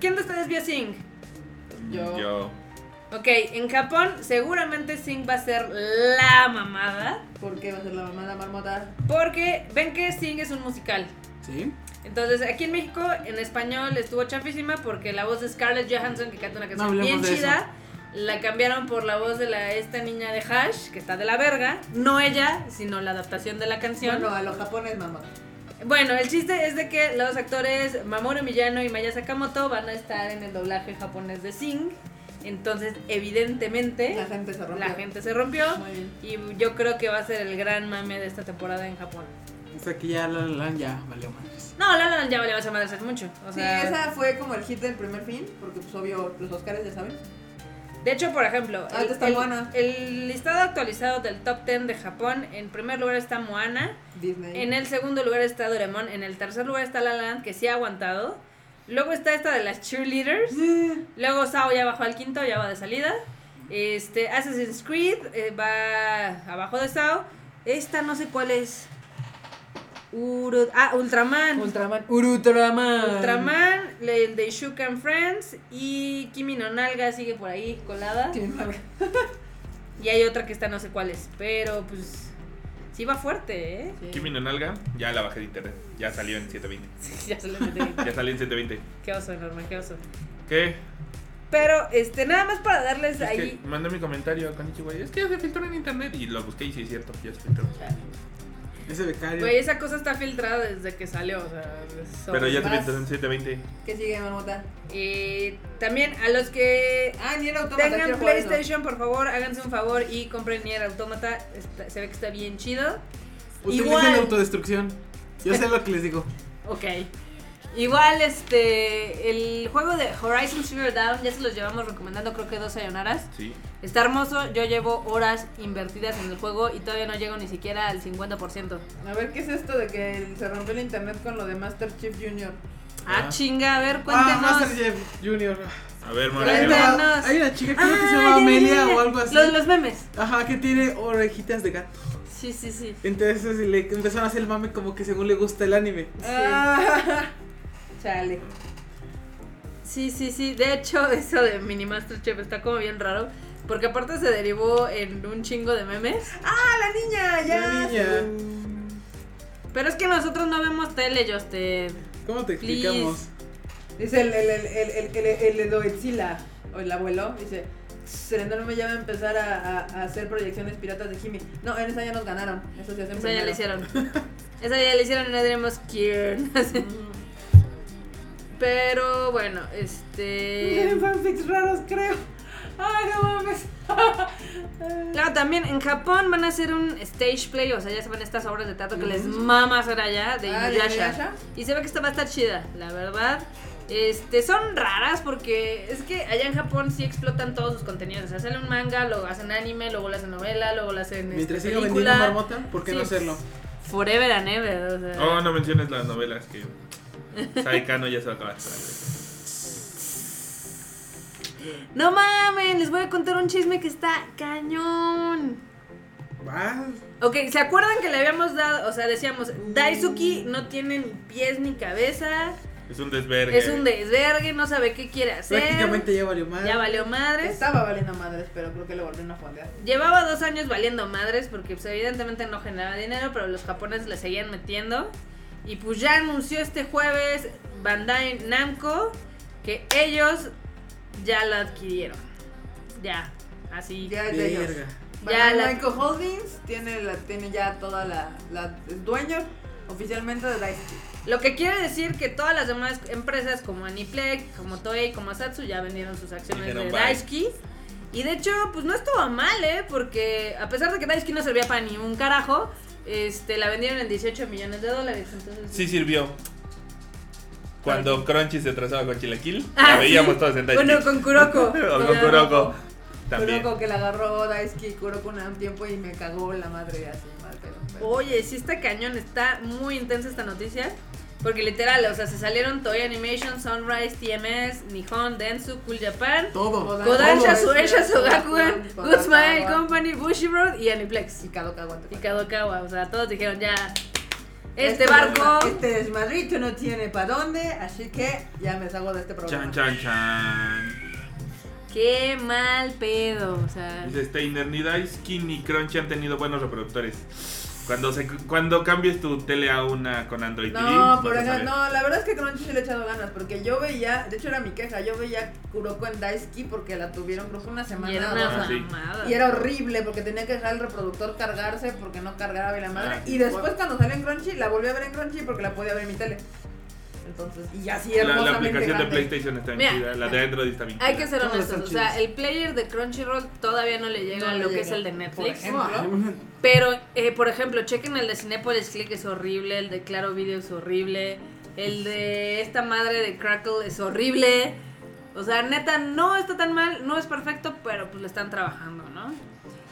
C: ¿quién de ustedes vio Sing?
F: Yo.
A: Yo.
C: Ok, en Japón seguramente Sing va a ser la mamada,
F: ¿Por qué va a ser la mamá de la marmota?
C: porque ven que Sing es un musical.
D: Sí.
C: Entonces, aquí en México, en español, estuvo chafísima porque la voz de Scarlett Johansson, que canta una
D: No
C: canción
D: hablemos
C: bien
D: de
C: chida, la cambiaron por la voz de la, esta niña de Hash, que está de la verga. No ella, sino la adaptación de la canción.
F: Bueno,
C: Bueno,
F: a los japones, mamá.
C: el chiste es de que los actores Mamoru Miyano y Maya Sakamoto van a estar en el doblaje japonés de Sing. Entonces,
F: La
C: evidentemente,
F: gente se rompe.
C: la gente se rompió.
F: Muy bien.
C: Y yo creo que va a ser el gran mame de esta temporada en Japón.
D: O sea que ya la la Land ya valió madres.
C: No, la la Land ya valió esa madre hace mucho. O
F: Sí,
C: sea,
F: esa fue como el hit del primer fin, porque pues obvio los Oscars ya saben.
C: De hecho, por ejemplo,
F: Ah,
C: el,
F: está
C: el-
F: Moana.
C: el listado actualizado del top 10 de Japón, en primer lugar está Moana,
F: Disney.
C: en el segundo lugar está Doraemon, en el tercer lugar está La La Land, que sí ha aguantado. Luego está esta de las cheerleaders. Luego Sao ya bajó al quinto, ya va de salida. Este, Assassin's Creed eh, va abajo de Sao. Esta no sé cuál es. Uru- ah, Ultraman.
F: Ultraman. Urutraman.
C: Ultraman, el de Shook and Friends y Kimi no Nalga sigue por ahí colada. Y hay otra que está no sé cuál es, pero pues sí va fuerte, ¿eh?
A: Kimi no nalga, ya la bajé de internet. Ya salió en 720.
C: ya se lo metí.
A: Ya salió en 720.
C: Qué oso, Norma, qué oso.
A: ¿Qué?
C: Pero este nada más para darles
A: Es que
C: ahí
A: mandé mi comentario con güey. Es que ya se filtró en internet. Y lo busqué y sí es cierto. Ya se filtró.
D: Ese becario.
C: Güey, esa cosa está filtrada desde que salió, o sea, so-
A: Pero ya te
F: vas.
A: filtró en 720.
F: ¿Qué sigue, marmota?
C: Y Eh, también a los que
F: Ah, ni era automata. quiero
C: tengan
F: jugar eso.
C: PlayStation, por favor, háganse un favor y compren Nier Automata, Está- se ve que está bien chido.
D: Utilicen
C: igual.
D: la autodestrucción. Yo sé lo que les digo.
C: Ok. Igual, este, el juego de Horizon Zero Dawn, ya se los llevamos recomendando creo que dos ayonaras.
A: Sí.
C: Está hermoso, yo llevo horas invertidas en el juego y todavía no llego ni siquiera al 50%.
F: A ver, ¿qué es esto de que el- se rompió el internet con lo de Master Chief Jr.?
C: Ah,
D: Ah.
C: chinga, a ver,
D: Ah,
C: cuéntenos.
D: Master Jeff Junior.
A: A ver,
D: Hay
A: Mora.
C: Cuéntanos.
D: una, hay una chica, creo que se
C: Ah,
D: llama
C: ya, ya,
D: Amelia
C: ya.
D: o algo así.
C: Los, los memes.
D: Ajá, que tiene orejitas de gato.
C: Sí, sí, sí.
D: Entonces le empezaron a hacer el mame como que según le gusta el anime.
F: Ah, chale.
C: Sí, sí, sí. De hecho, eso de Mini Masterchef está como bien raro. Porque aparte se derivó en un chingo de memes.
F: A la niña, ya.
D: La niña.
C: Pero es que nosotros no vemos tele, Justin.
D: ¿Cómo te
C: Please.
D: explicamos?
F: Dice el, el, el, el, el, el, el Edoetzila, o el abuelo, dice, Serena no me lleva a empezar a, a- a hacer proyecciones piratas de Jimmy. No, en esa ya nos ganaron, eso se hace
C: Esa ya
F: primero.
C: la hicieron. Esa ya la hicieron y no tenemos que ir. Pero bueno, este.
F: Tienen fanfics raros, creo. Ay, no mames.
C: Claro, también en Japón van a hacer un stage play, o sea, ya se van estas obras de teatro que les mama hacer allá de
F: Ah, ¿de
C: Inuyasha.
F: Inuyasha?
C: Y se ve que esta va a estar chida, la verdad. Este, son raras porque es que allá en Japón sí explotan todos sus contenidos. O sea, hacen un manga, luego hacen anime, luego lo hacen novela, luego lo hacen
D: Mientras
C: este,
D: siga vendiendo Ah.
C: película.
D: marmota, ¿por qué no
C: Sí.
D: hacerlo?
C: Forever and ever, o sea.
A: Oh, no menciones las novelas que. Saikano ya se va a acabar.
C: No mamen, les voy a contar un chisme que está cañón.
D: Ah,
C: Ok, ¿se acuerdan que le habíamos dado, o sea, decíamos, Daisuki no tiene ni pies ni cabeza,
A: Es un desvergue.
C: es un desvergue, no sabe qué quiere hacer,
D: prácticamente ya valió más.
C: ya valió madres.
F: Estaba valiendo madres, pero creo que le volvieron a fondear.
C: Llevaba dos años valiendo madres porque pues, evidentemente no generaba dinero, pero los japoneses le seguían metiendo. Y pues ya anunció este jueves Bandai Namco que ellos ya la adquirieron. Ya, así.
F: Ya es de ellos.
D: Verga.
C: Ya
F: Ya
C: la-
F: Holdings tiene, la, tiene ya toda la, la es dueño oficialmente de Daisuke.
C: Lo que quiere decir que todas las demás empresas como Aniplex, como Toei, como Asatsu ya vendieron sus acciones
A: Dijeron,
C: de
A: "Bye".
C: Daisuke. Y de hecho, pues no estuvo mal, ¿eh? Porque a pesar de que Daisuke no servía para ni un carajo, este, la vendieron en 18 millones de dólares. Entonces,
A: Sí sirvió. Cuando Crunchy se trazaba con Chilaquil,
C: Ah,
A: la veíamos
C: sí.
A: todos en Daisuke.
C: Bueno, con Kuroko.
A: O con Kuroko. También.
F: Kuroko que la agarró Daisuke y Kuroko en un tiempo y me cagó la madre así, mal pedo. pero-
C: Oye, sí está cañón, está muy intensa esta noticia. Porque literal, o sea, se salieron Toei Animation, Sunrise, TMS, Nihon, Dentsu, Cool Japan,
D: Todo.
C: Oh. Kodansha,
F: Todo.
C: Sueisha, Sogakugan,
F: Todo.
C: Good Smile Company, Bushiroad y Aniplex.
F: Y Kadoka aguanta.
C: y Kadokawa. O sea, todos dijeron ya. Este
F: Este
C: barco.
F: Este es Madrid, no tiene para dónde, así que ya me salgo de este
A: Chan,
F: programa.
A: chan, chan.
C: Qué mal pedo. O sea.
A: Dice Steiner, ni Daisuke ni Crunchy han tenido buenos reproductores. Cuando, se, cuando cambies tu tele a una con Android TV.
F: No,
A: vas
F: por
A: a
F: acá,
A: saber.
F: no, la verdad es que Crunchy se le he echado ganas, porque yo veía, de hecho era mi queja, yo veía Kuroko en Daisuke porque la tuvieron creo que una semana
C: Y era
F: o
C: una
F: dos.
A: Ah, sí.
C: mamada.
F: Y era horrible porque tenía que dejar el reproductor cargarse porque no cargaba bien la madre.
A: Ah, sí.
F: y después cuando salió en Crunchy, la volví a ver en Crunchy porque la podía ver en mi tele. Entonces, y así
A: La, la
F: hermosamente
A: aplicación de
F: grande.
A: PlayStation está bien
C: Mira,
A: chida, la de Android está bien
C: Hay que
A: chida.
C: ser
D: Todos
C: honestos.
D: están
C: O sea,
D: chidos.
C: el player de Crunchyroll todavía no le llega
F: No
C: a
F: le
C: lo que
F: llega,
C: es el de
F: Por
C: Netflix.
F: ejemplo,
C: Pero, eh, por ejemplo, chequen el de Cinepolis Click es horrible, el de Claro Video es horrible, el de esta madre de Crackle es horrible. O sea, neta, no está tan mal, no es perfecto, pero pues lo están trabajando, ¿no?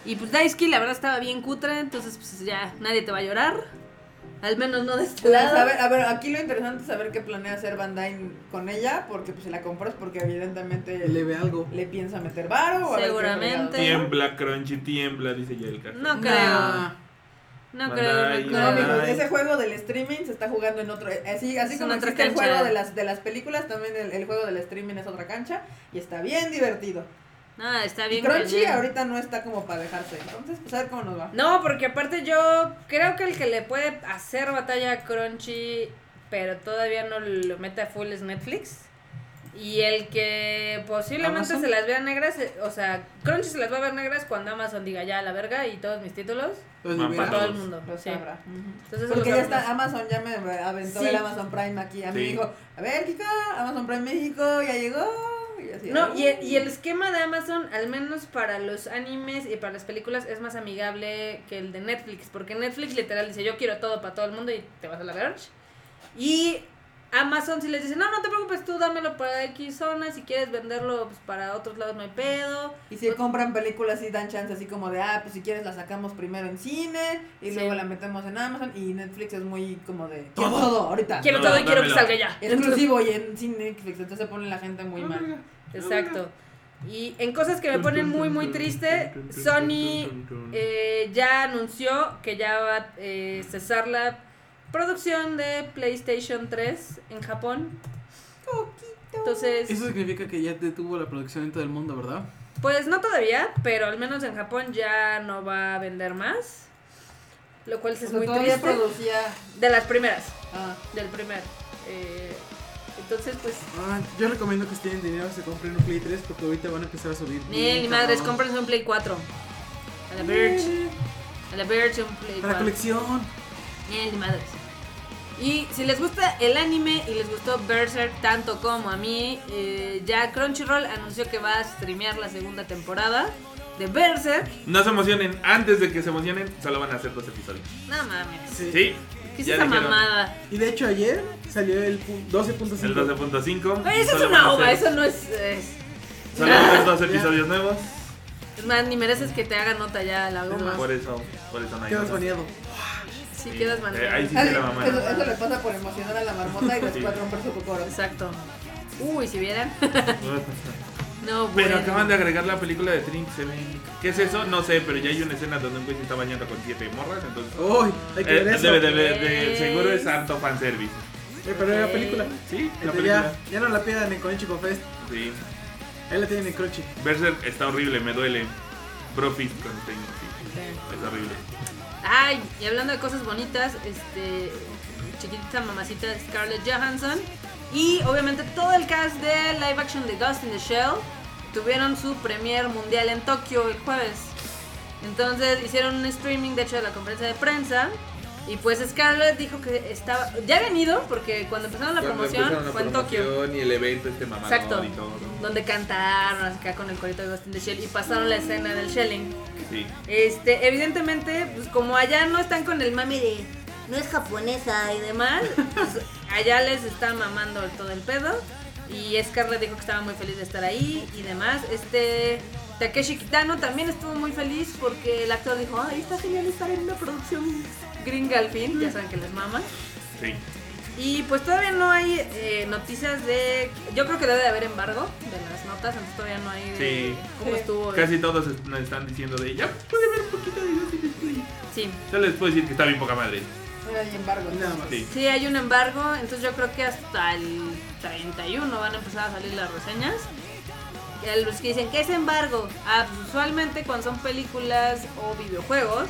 C: Y pues Daisuke la verdad estaba bien cutre, entonces pues ya nadie te va a llorar. Al menos no de este
F: Pues, a
C: lado.
F: ver, a ver, aquí lo interesante es saber qué planea hacer Bandai con ella, porque pues si la compras porque evidentemente
D: Le
F: le,
D: ve algo.
F: piensa meter varo o a ver qué
C: Seguramente.
F: fregados.
A: Tiembla, Crunchy, tiembla, dice Yelka.
C: No creo.
D: Nah.
C: No
A: Bandai,
C: creo, no
F: No,
A: Bandai.
C: creo.
F: amigos, ese juego del streaming se está jugando en otro. Así, así
C: Es
F: como
C: en otra
F: existe el
C: cancha.
F: juego de las, de las películas, también el, el juego del streaming es otra cancha y está bien divertido.
C: No, está
F: Y
C: bien. ¿eh?
F: Crunchy
C: cañón.
F: ahorita no está como para dejarse. Entonces, pues a ver cómo nos va.
C: No, porque aparte yo creo que el que le puede hacer batalla a Crunchy, pero todavía no lo mete a full es Netflix. Y el que posiblemente
D: Amazon.
C: se las vea negras, eh, o sea, Crunchy se las va a ver negras cuando Amazon diga ya a la verga y todos mis títulos
D: Los
A: Mapa.
C: para
A: Ah,
D: libera.
C: todo el
A: los-
C: mundo.
F: Lo
C: sí.
F: sabrá.
C: Entonces
F: Porque
C: eso
F: ya
C: lo sabrá.
F: está Amazon, ya me aventó
C: Sí.
F: el Amazon Prime aquí. A mí
A: Sí.
F: me dijo, a ver, Kika, Amazon Prime México ya llegó. Y así,
C: No, y,
F: "Ay".
C: y el esquema de Amazon, al menos para los animes y para las películas, es más amigable que el de Netflix. Porque Netflix literal dice, yo quiero todo para todo el mundo y te vas a la verge. Y Amazon si les dice, no, no te preocupes, tú dámelo para X zona, si quieres venderlo pues, para otros lados no hay pedo.
F: Y si compran películas y dan chance así como de, ah, pues si quieres la sacamos primero en cine y
C: Sí.
F: luego la metemos en Amazon y Netflix es muy como de...
A: Todo.
F: Quiero todo ahorita.
C: Quiero
A: No,
C: todo y quiero que
A: dámelo.
C: salga ya.
F: Exclusivo y en sin Netflix, entonces se pone la gente muy mal.
C: Exacto. Y en cosas que me ponen muy, muy triste, Sony eh, ya anunció que ya va a eh, cesar la producción de PlayStation 3 en Japón. Entonces,
D: Eso significa que ya detuvo la producción en todo el mundo, ¿verdad?
C: pues no todavía, pero al menos en Japón ya no va a vender más. Lo cual
F: O
C: es
F: sea,
C: muy
F: todavía
C: triste.
F: producía...
C: De las primeras,
F: ah,
C: del primer. eh, entonces, pues,
D: Ah, yo recomiendo que si tienen dinero se compren un Play 3 porque ahorita van a empezar a subir.
C: ni, ni
D: bien,
C: madres,
D: cabrón.
C: cómprense un Play 4. A la Birch. A la Birch, un Play
D: Para
C: 4.
D: colección.
C: Ni ni madres. Y si les gusta el anime y les gustó Berserk tanto como a mí, eh, ya Crunchyroll anunció que va a streamear la segunda temporada de Berserk.
A: No se emocionen, antes de que se emocionen, solo van a hacer dos episodios.
C: No mames.
D: Sí.
A: Sí,
C: ¿Qué es
A: ya
C: esa
A: dijeron.
C: mamada?
D: Y de hecho ayer salió el pu- 12.5.
A: el 12.5.
C: Pero eso es
A: solo van
C: una
A: a
C: ova,
A: hacer-
C: eso no es, es-
A: Solo van a hacer dos episodios nuevos.
C: es más, ni mereces que te haga nota ya la goma.
A: Por eso, por eso no hay
D: Quedas
A: nota.
D: baneado.
C: Si
A: Sí,
C: quedas
A: eh, ahí
C: mandando.
A: sí
F: ah,
A: se la mamá.
F: eso, eso le pasa por emocionar a la marmota y
A: Sí.
F: les va a romper su cocoro.
C: Exacto. Uy, si vieran. No,
A: Pero
C: bueno.
A: acaban de agregar la película de Trin se ve. ¿Qué es eso? No sé, pero ya hay una escena donde un güey se está bañando con siete morras, entonces.
D: Uy, hay que
A: Eh,
D: ver eso.
A: debe de- de- de- seguro es harto fanservice.
D: Eh, pero era película.
A: Sí, la
D: Este,
A: película.
D: ya, ya no la pidan en Crunchyroll Fest.
A: Sí.
D: Ahí la tienen en Crunchy.
A: Berserk está horrible, me duele. Profit Contain, sí. Es horrible.
C: Ay, y hablando de cosas bonitas, este chiquitita mamacita Scarlett Johansson y obviamente todo el cast de live action de Ghost in the Shell tuvieron su premier mundial en Tokio el jueves. Entonces hicieron un streaming, de hecho, de la conferencia de prensa. Y pues Scarlett dijo que estaba. Ya habían ido, porque cuando empezaron la promoción fue en Tokio.
A: Ni el evento este mamá.
C: Exacto. Donde cantaron acá con el corito de Ghost in the Shell y pasaron la escena del Shelling.
A: Sí.
C: Este, evidentemente, pues como allá no están con el mami de no es japonesa y demás, pues, allá les está mamando todo el pedo. Y Scarlett dijo que estaba muy feliz de estar ahí y demás. Este Takeshi Kitano también estuvo muy feliz porque el actor dijo, ay, está genial estar en una producción gringa al fin, ya saben que les mama.
A: Sí.
C: Y pues todavía no hay eh, noticias de... Yo creo que debe de haber embargo de las notas, entonces todavía no hay... de
A: Sí.
C: ¿Cómo estuvo?
A: Casi todos est- nos están diciendo de ella.
C: Sí.
A: Solo les puedo decir que está bien poca madre.
F: Ay, embargo.
D: Nada más.
A: Sí.
C: Sí, hay un embargo, entonces yo creo que hasta el 31 van a empezar a salir las reseñas. Y a los que dicen, ¿qué es embargo? Ah, pues usualmente cuando son películas o videojuegos,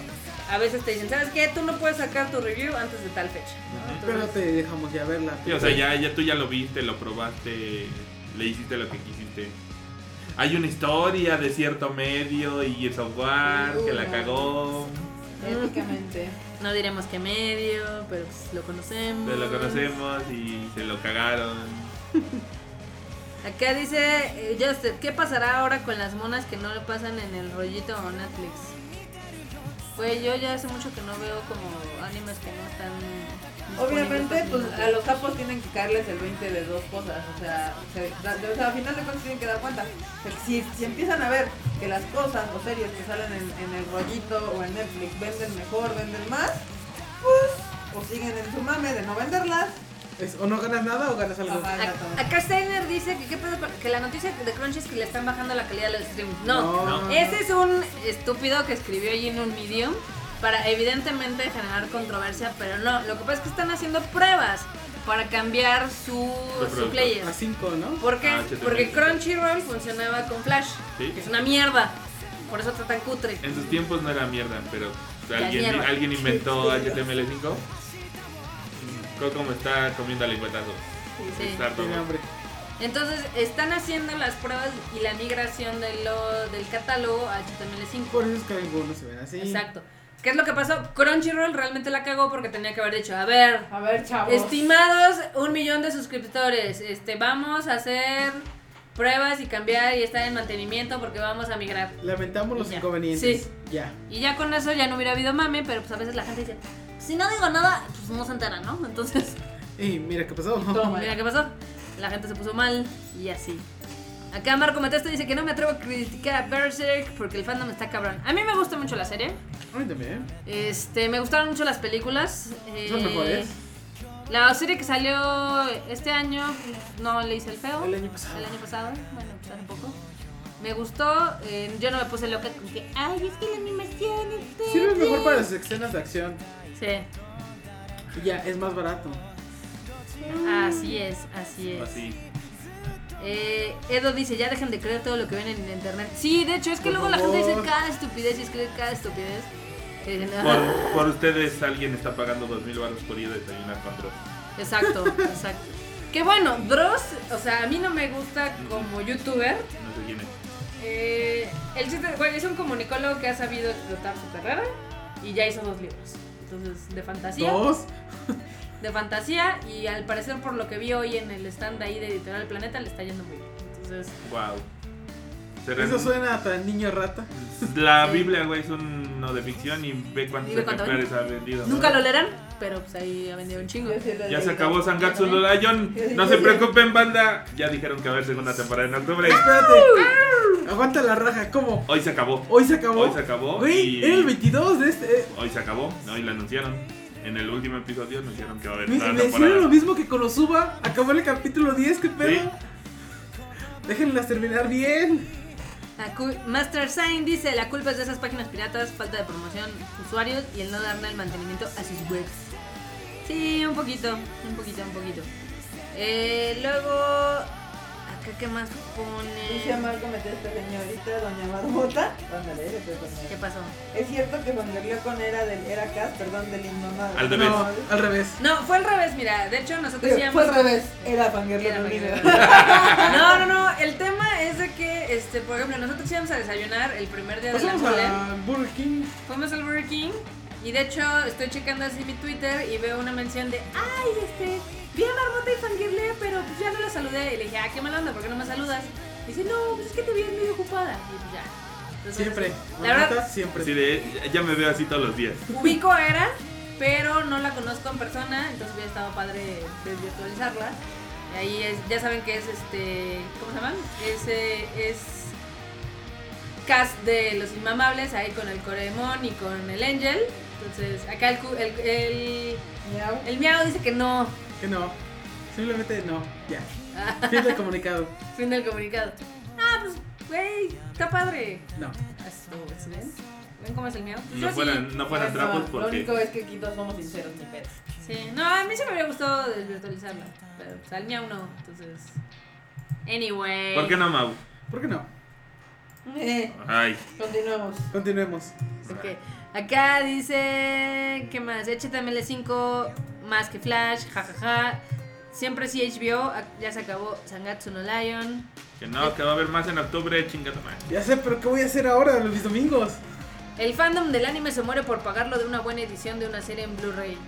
C: a veces te dicen, ¿sabes qué? Tú no puedes sacar tu review antes de tal fecha. ¿no?
D: Pero
C: Entonces,
D: te dejamos ya verla.
A: Sí, o sea, ya, ya tú ya lo viste, lo probaste, le hiciste lo que quisiste. Hay una historia de cierto medio y Gears of War que la cagó.
F: Éticamente.
C: no diremos qué medio, pero pues lo conocemos.
A: Se lo conocemos y se lo cagaron.
C: Acá dice eh, Justin, ¿qué pasará ahora con las monas que no le pasan en el rollito o Netflix? Pues yo ya hace mucho que no veo como animes que no están. disponibles
F: Obviamente,
C: en
F: pues
C: Netflix.
F: a los capos tienen que caerles el 20 de dos cosas. O sea, se- da- o sea, al final de cuentas tienen que dar cuenta. O sea, si, si empiezan a ver que las cosas o series que salen en, en el rollito o en Netflix venden mejor, venden más, pues, o siguen en su mame de no venderlas.
D: Es, o no ganas nada o ganas algo.
F: Ajá.
C: Ac- Acá Steiner dice que, qué pedo con- que la noticia de Crunchy es que le están bajando la calidad del stream. No,
A: No.
C: ese es un estúpido que escribió allí en un medium para evidentemente generar controversia, pero no, lo que pasa es que están haciendo pruebas para cambiar su,
A: Los
C: su
A: productos.
C: player.
D: A 5, ¿no?
C: ¿Por qué?
A: Ah, HTML.
C: Porque Crunchyroll funcionaba con Flash,
A: Sí.
C: que es una mierda. Por eso está tan cutre.
A: En sus tiempos no era mierda, pero
C: Ya
A: alguien,
C: mierda.
A: alguien inventó HTML5. Co- Como está comiendo al hipotazo.
C: Sí.
A: Está todo.
D: Tiene hambre.
C: Entonces están haciendo las pruebas y la migración de lo- del catálogo a HTML5.
D: Por eso es que algunos se ven así.
C: Exacto. ¿Qué es lo que pasó? Crunchyroll realmente la cagó porque tenía que haber dicho, a ver,
F: A ver, chavos.
C: estimados un millón de suscriptores, este, vamos a hacer pruebas y cambiar y estar en mantenimiento porque vamos a migrar.
D: Lamentamos los
C: Ya.
D: inconvenientes.
C: Sí.
D: Ya.
C: Y ya con pues eso ya no hubiera habido mame, pero pues a veces la gente dice, si no digo nada, pues no se entera, ¿no? Entonces,
D: Y mira qué pasó.
E: Toma.
C: Mira qué pasó. La gente se puso mal y así. Acá Marco Matesto dice que no me atrevo a criticar a Berserk porque el fandom está cabrón. A mí me gusta mucho la serie.
D: Ay, también.
C: Este, me gustaron mucho las películas. eh,
D: Son mejores.
C: La serie que salió este año, no le hice el feo.
D: El año pasado.
C: El año pasado, bueno, pues tampoco. Me gustó, eh, yo no me puse loca con que, ay, es que la animación es
D: Sirve
C: verde".
D: mejor para las escenas de acción.
C: Sí,
D: Y ya, es más barato.
C: así es, así es.
A: Así.
C: Eh, Edo dice, ya dejen de creer todo lo que ven en internet. Sí, de hecho, es que
D: Por
C: luego la
D: favor.
C: gente dice cada estupidez y escribe cada estupidez. Que dicen, "Ah".
A: Por, por ustedes alguien está pagando 2000 baros por ir a desayunar con Dross.
C: Exacto, exacto. Que bueno, Dross, o sea, a mí no me gusta como youtuber.
A: No sé quién es.
C: Eh, el chiste, bueno, es un comunicólogo que ha sabido explotar su carrera y ya hizo dos libros. Entonces, de fantasía.
D: Dos.
C: De fantasía y al parecer por lo que vi hoy en el stand ahí de Editorial Planeta le está yendo muy bien. Entonces,
A: Wow. Serán-
D: Eso suena tan niño rata.
A: La
C: Sí.
A: Biblia, güey, es un no de ficción y ve cuántos
C: Y ve cuánto
A: ejemplares ha vendido.
C: nunca lo leerán, pero pues ahí ha vendido un chingo.
F: Yo sí lo
A: Ya se
F: leí.
A: acabó Sangatsu no Lion. No se preocupen, banda. Ya dijeron que va a haber segunda temporada en octubre.
D: Espérate. Aguanta la raja. ¿Cómo?
A: Hoy se acabó.
D: Hoy se acabó.
A: Hoy se acabó.
D: Güey,
A: y-
D: era el 22 de este. eh,
A: Hoy se acabó. Hoy la anunciaron. En el último episodio anunciaron que va a haber
D: me
A: segunda
D: me hicieron lo
A: temporada.
D: mismo que con Suba. Acabó el capítulo 10, qué pedo. Déjenlas terminar bien.
C: La cul- Master Sign dice, la culpa es de esas páginas piratas, falta de promoción, usuarios y el no darle el mantenimiento a sus webs. Sí, un poquito, un poquito, un poquito. Eh, luego, acá qué más
F: Dice
C: pone...
F: Marco metió a esta este señorita, doña Marmota. Ándale, le puedes poner.
C: ¿Qué pasó?
F: Es cierto que Juan con era del era Cas, perdón, del indomable.
A: Al revés.
D: No, al revés.
C: No, fue al revés, mira, de hecho nosotros
F: Digo, Fue
C: íbamos...
F: al revés, era Fangirl
C: Era
F: en un
C: Fangirl.
F: video.
C: No, no, no, el tema es de que, este, por ejemplo, nosotros íbamos a desayunar el primer día de la
D: Pasamos
C: mole.
D: a Burger King.
C: Fuimos al Burger King y de hecho estoy checando así mi Twitter y veo una mención de Ay, este, vi a Marmota y Fangirle, pero pues ya no la saludé. Y le dije, ah, qué mala onda, ¿por qué no me saludas? Y dice, no, pues es que te vi medio ocupada. Y pues ya. Entonces,
D: Siempre.
C: La verdad,
D: Marmota, siempre.
A: Así de, ya me veo así todos los días.
C: ubico a era, pero no la conozco en persona, entonces hubiera estado padre desvirtualizarla. Y ahí es, ya saben que es este, ¿cómo se llama? Es, eh, es cast de Los Inmamables, ahí con el Coremon y con el Angel. Entonces, acá el, cu- el, el,
F: Miau.
C: el miau dice que no,
D: Que no. Simplemente no. Ya.
C: Ah.
D: Fin del comunicado.
C: fin del comunicado. Ah, pues, güey, está padre.
D: No.
C: Así, ¿sí ¿Ven? ¿Ven cómo es el miau? Yo
A: No
C: sí.
A: fueran, no fueran trapos
F: Lo
A: porque.
F: único es que aquí todos somos sinceros, mi pedo.
C: Sí, no, a mí se me hubiera gustado desvirtualizarla, pero pues, al miau no, entonces... Anyway.
A: ¿Por qué no, Mau?
D: ¿Por qué no?
F: Eh,
A: Ay.
F: continuamos.
D: Continuemos.
C: Ok. Acá dice, ¿qué más? HTML 5 más que Flash, jajaja. Siempre sí HBO, ah, ya se acabó Sangatsu no Lion.
A: Que no, que va a haber más en octubre, chingada madre.
D: Ya sé, pero ¿qué voy a hacer ahora los domingos?
C: El fandom del anime se muere por pagarlo de una buena edición de una serie en Blu-ray. No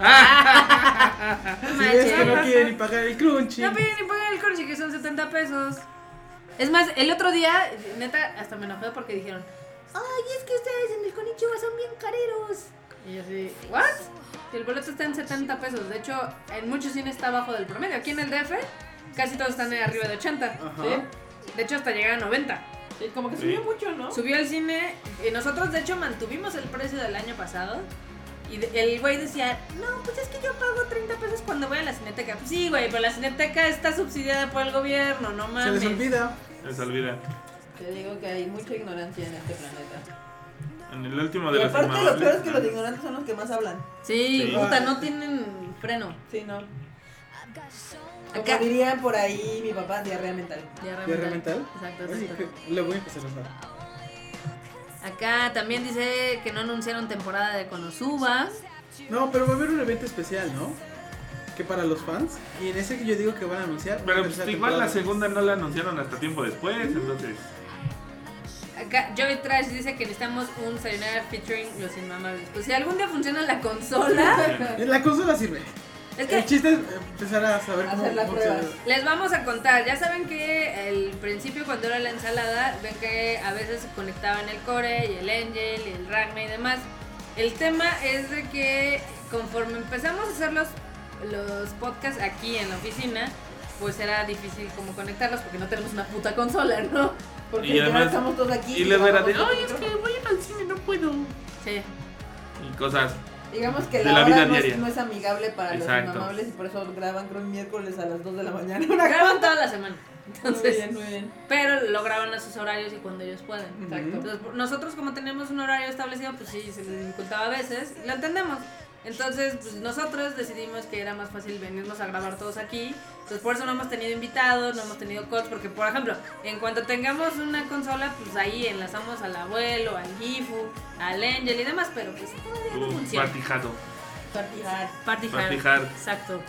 A: Ah.
D: Si
C: manches.
D: ves que no quiere ni pagar el crunchy.
C: No piden ni pagar el corche que son 70 pesos. Es más, el otro día, neta, hasta me enojé porque dijeron, ay, es que ustedes en el Konichiwa son bien careros. Y yo así, ¿what? El boleto está en 70 pesos. De hecho, en muchos cines está abajo del promedio. Aquí en el DF, casi todos están arriba de 80.
D: Ajá.
C: ¿sí? De hecho, hasta llegar a 90.
F: Sí, como que
A: Sí.
F: subió mucho, ¿no?
C: Subió el cine y nosotros de hecho mantuvimos el precio del año pasado. Y de- el güey decía, no, pues es que yo pago 30 pesos cuando voy a la cineteca. Pues sí, güey, pero la cineteca está subsidiada por el gobierno, no
D: Se
C: mames.
D: les olvida.
A: Se les olvida.
F: Te digo que hay mucha ignorancia en este planeta.
A: En el último de
F: Y
A: los
F: aparte, lo
A: Inmamables,
F: peor es que los
A: ¿no?
F: ignorantes son los que más hablan.
C: Sí,
A: Sí.
C: puta, no tienen freno.
F: Sí, no.
C: Acá.
F: Como diría por ahí mi papá, diarrea mental.
D: ¿Diarrea mental?
C: Exacto,
D: Así
C: exacto.
D: que lo voy a empezar a usar.
C: Acá también dice que no anunciaron temporada de Konosuba.
D: No, pero va a haber un evento especial, ¿no? Que para los fans. Y en ese que yo digo que van a anunciar. una
A: Pero pues,
D: tercera
A: igual la
D: temporada.
A: segunda no la anunciaron hasta tiempo después, entonces.
C: Acá Joey Trash dice que necesitamos un Sayonara featuring Los Inmamables. Pues si algún día funciona la consola,
D: Eh, La consola sirve.
C: es que
D: El chiste es empezar a saber cómo
F: Hacer la
D: funciona.
F: prueba.
C: Les vamos a contar, ya saben que al principio cuando era la ensalada, ven que a veces se conectaban el core y el angel y el ragme y demás. El tema es de que conforme empezamos a hacer los los podcasts aquí en la oficina, pues era difícil como conectarlos porque no tenemos una puta consola, ¿no?
F: Porque
A: Y
F: ya
A: además-
F: estamos todos aquí.
A: Y luego era de,
F: grabamos
A: ay, es que voy a ir al cine, no puedo.
C: Sí.
A: Y cosas.
F: Digamos que
A: de
F: la,
A: la
F: hora
A: vida
F: no,
A: diaria.
F: es, no es amigable para
A: Exacto.
F: los amables y por eso graban creo un miércoles a las 2 de la mañana.
C: Graban toda la semana.
F: Muy
C: Entonces,
F: bien, muy bien.
C: pero lo graban a sus horarios y cuando ellos pueden.
F: Exacto.
C: Entonces, nosotros como tenemos un horario establecido, pues sí, se les dificultaba a veces, y lo entendemos. Entonces, pues nosotros decidimos que era más fácil venirnos a grabar todos aquí. Entonces, por eso no hemos tenido invitados, no hemos tenido coach, porque, por ejemplo, en cuanto tengamos una consola, pues ahí enlazamos al abuelo, al Gifu, al Angel y demás, pero pues todavía no
A: Uh,
C: funciona.
A: partijado.
F: Party hard.
C: Party Hard.
A: Party Hard.
C: Exacto.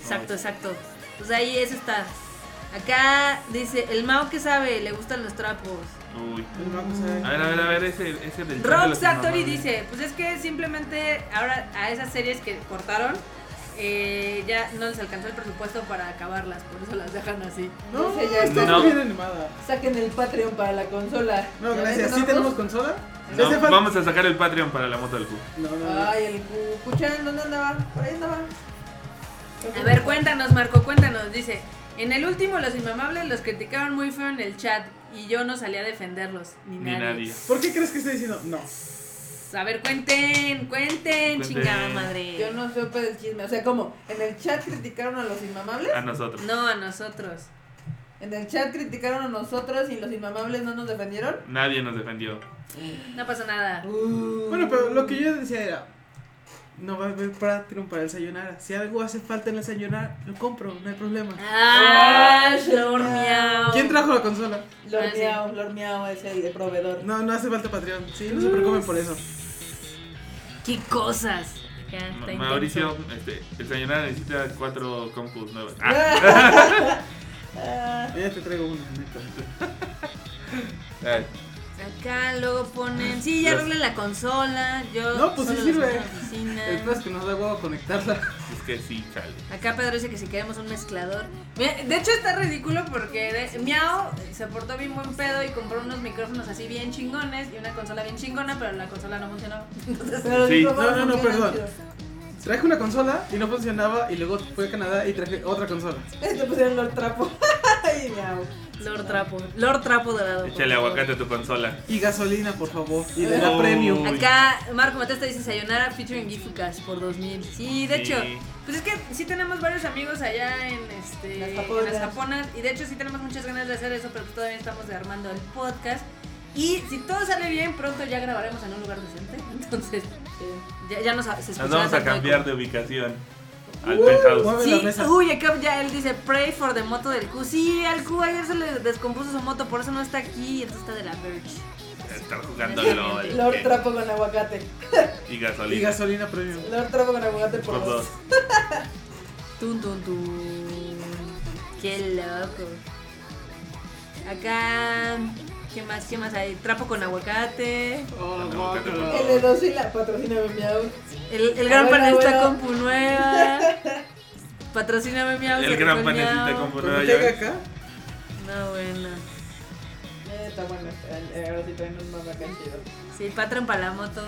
C: Exacto, exacto. Pues ahí eso está. Acá dice, el Mao que sabe, le gustan los trapos.
A: Uy.
D: Vamos a ver.
A: A ver, a ver, a ver, ese, ese del... chat de
C: Rob
A: los
C: Sartori
A: inmamables.
C: dice, pues es que simplemente ahora a esas series que cortaron, eh, ya no les alcanzó el presupuesto para acabarlas, por eso las dejan así.
D: No,
F: Dice, ya
D: está
A: no.
D: bien animada.
F: Saquen el Patreon para la consola.
D: No,
F: ¿Ya
D: gracias.
F: ves
D: ¿Sí
F: nosotros?
D: tenemos consola?
A: No,
D: Hace falta-
A: vamos a sacar el Patreon para la moto del Q.
D: No, no, no.
F: Ay, el cucuchán, ¿dónde andaba? Por ahí andaba.
C: A ver, cuéntanos, Marco, cuéntanos. Dice, en el último los inmamables los criticaron muy feo en el chat y yo no salí a defenderlos, ni,
A: Ni
C: nadie.
A: nadie.
D: ¿Por qué crees que estoy diciendo no?
C: A ver, cuenten, cuenten, chingada madre.
F: Yo no supe del chisme. O sea, ¿cómo? ¿En el chat criticaron a los inmamables?
A: A nosotros.
C: No, a nosotros.
F: ¿En el chat criticaron a nosotros y los inmamables no nos defendieron?
A: Nadie nos defendió.
C: No pasa nada.
D: Bueno, pero lo que yo decía era. No va a haber Patreon para el Sayonara. Si algo hace falta en el Sayonara, lo compro, no hay problema.
C: ¡Ah! Lord Miau.
D: ¿Quién trajo la consola?
C: Ah, sí.
F: Lormiao, Lormiao es el proveedor.
D: No, no hace falta Patreon. Sí, no se preocupen por eso.
C: ¡Qué cosas! Ya, está
A: Ma-
C: intenso.
A: Mauricio, este, el señor necesita cuatro compus nuevas. Ah,
F: Ah,
D: Ya te traigo una,
C: Eh.
D: neta.
A: ay.
C: Acá luego ponen. Sí, ya
A: Los-
C: arreglen la consola. Yo
D: No, pues sí
C: solo los
D: sirve.
C: uso en la oficina.
D: El plus que nos da huevo conectarla.
A: Es que sí, chale.
C: Acá Pedro dice que si queremos un mezclador. Mira, De hecho está ridículo porque de- Miau se portó bien buen pedo y compró unos micrófonos así bien chingones y una consola bien chingona, pero la consola no funcionó.
F: pero
A: Sí.
F: los
D: No, no, no,
F: funcionan
D: perdón.
F: chido.
D: Traje una consola y no funcionaba y luego fui a Canadá y traje otra consola.
F: Te pusieron los trapos. Ay, miau.
C: Lord Trapo. Lord Trapo dorado. por
A: Échale
C: favor.
A: aguacate a tu consola.
D: Y gasolina, por favor. Y de la
A: Oh.
D: premium.
A: Uy.
C: Acá Marco Mateo está dice Sayonara featuring Gifukas por 2000. Sí, de
A: Sí.
C: hecho, pues es que sí tenemos varios amigos allá en este
F: Las
C: en
F: Japonas.
C: las Japonas y de hecho sí tenemos muchas ganas de hacer eso, pero pues todavía estamos armando el podcast. Y si todo sale bien, pronto ya grabaremos en un lugar decente. Entonces, ya, ya nos, se
A: Nos
C: escuchará
A: vamos a
C: tanto de
A: cambiar de ubicación. Al
D: Uh,
A: penthouse.
D: guau. Mueve la
C: Sí,
D: mesa.
C: uy, acá ya él dice Pray for the moto del Q. Sí, al Q ayer se le descompuso su moto, por eso no está aquí, entonces está de la Verge.
A: Estar jugando LOL.
F: Lord
A: eh,
F: trapo con aguacate.
A: Y
D: Y
A: gasolina.
D: gasolina premium.
F: Lord trapo con aguacate por,
A: Por dos.
C: Tun, tun, tun. Qué loco. Acá. ¿Qué más? ¿Qué más hay? Trapo con aguacate.
D: Oh,
A: No,
D: guácala.
A: que
F: El de dos y la patrocina de miau.
C: El, el gran
F: Abuelo,
C: panelista
F: abuelo.
C: compu nueva. Patrocíname mi auto.
A: El gran panecita con
D: ¿Por qué
A: ya
D: llega
A: ves.
D: acá?
C: No, bueno.
F: Eh, Está bueno. eh, eh, Ahora sí traen un mamá chido.
C: Sí, Patron para la moto.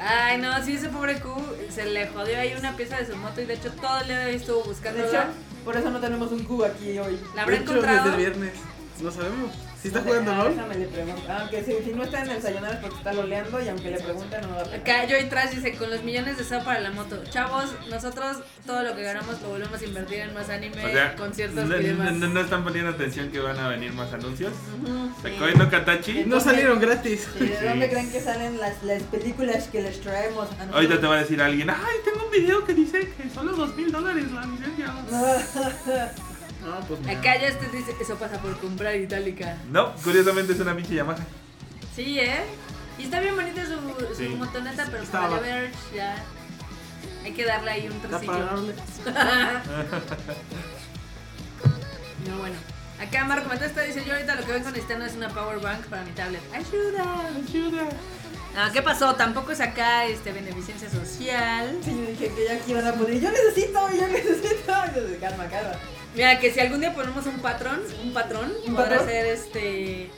C: Ay, no, sí, ese pobre Q se le jodió ahí una pieza de su moto y de hecho todo el día de hoy estuvo buscando.
F: De hecho, por eso no tenemos un cubo aquí hoy.
C: la habrá
D: De hecho,
C: encontrado.
D: desde el viernes. No sabemos. Si está
F: Ah,
D: jugando LOL.
F: déjame le pregunto. Aunque si, si no está en el sayonara es porque está loleando y aunque le pregunten no va a responder.
C: Acá Joy Trash dice, con los millones de SAO para la moto. Chavos, nosotros todo lo que ganamos lo volvemos a invertir en más anime,
A: O sea,
C: conciertos
A: no,
C: y demás.
A: no- no están poniendo atención que van a venir más anuncios.
C: Ujú, sí.
A: Sakoi no Katachi.
D: No salieron gratis.
F: Sí, ¿De
A: Sí.
F: dónde creen que salen las, las películas que les traemos a nosotros?
A: Ahorita te va a decir alguien, ay, tengo un video que dice que solo dos mil dólares la licencia.
D: No, pues mira.
C: Acá ya este dice, eso pasa por comprar Itálica.
A: No, curiosamente es una pinche Yamaha.
C: Sí, ¿eh? Y está bien bonita su, su
A: Sí.
C: motoneta, pero
D: Está
C: para
D: abajo.
C: ver, ya hay que darle ahí un
D: Está
C: tresillo.
D: pagable.
C: No, bueno. Acá Marco Matesta dice, yo ahorita lo que vengo necesitando es una power bank para mi tablet. ¡Ayuda! ¡Ayuda! Ah, ¿qué pasó? Tampoco es acá este, beneficencia social.
F: Sí, yo dije que ya aquí van a poner. Yo necesito, yo necesito. Y yo dije, calma, calma.
C: Mira, que si algún día ponemos un patrón, un patrón,
F: ¿Un
C: podrá
F: patrón?
C: ser este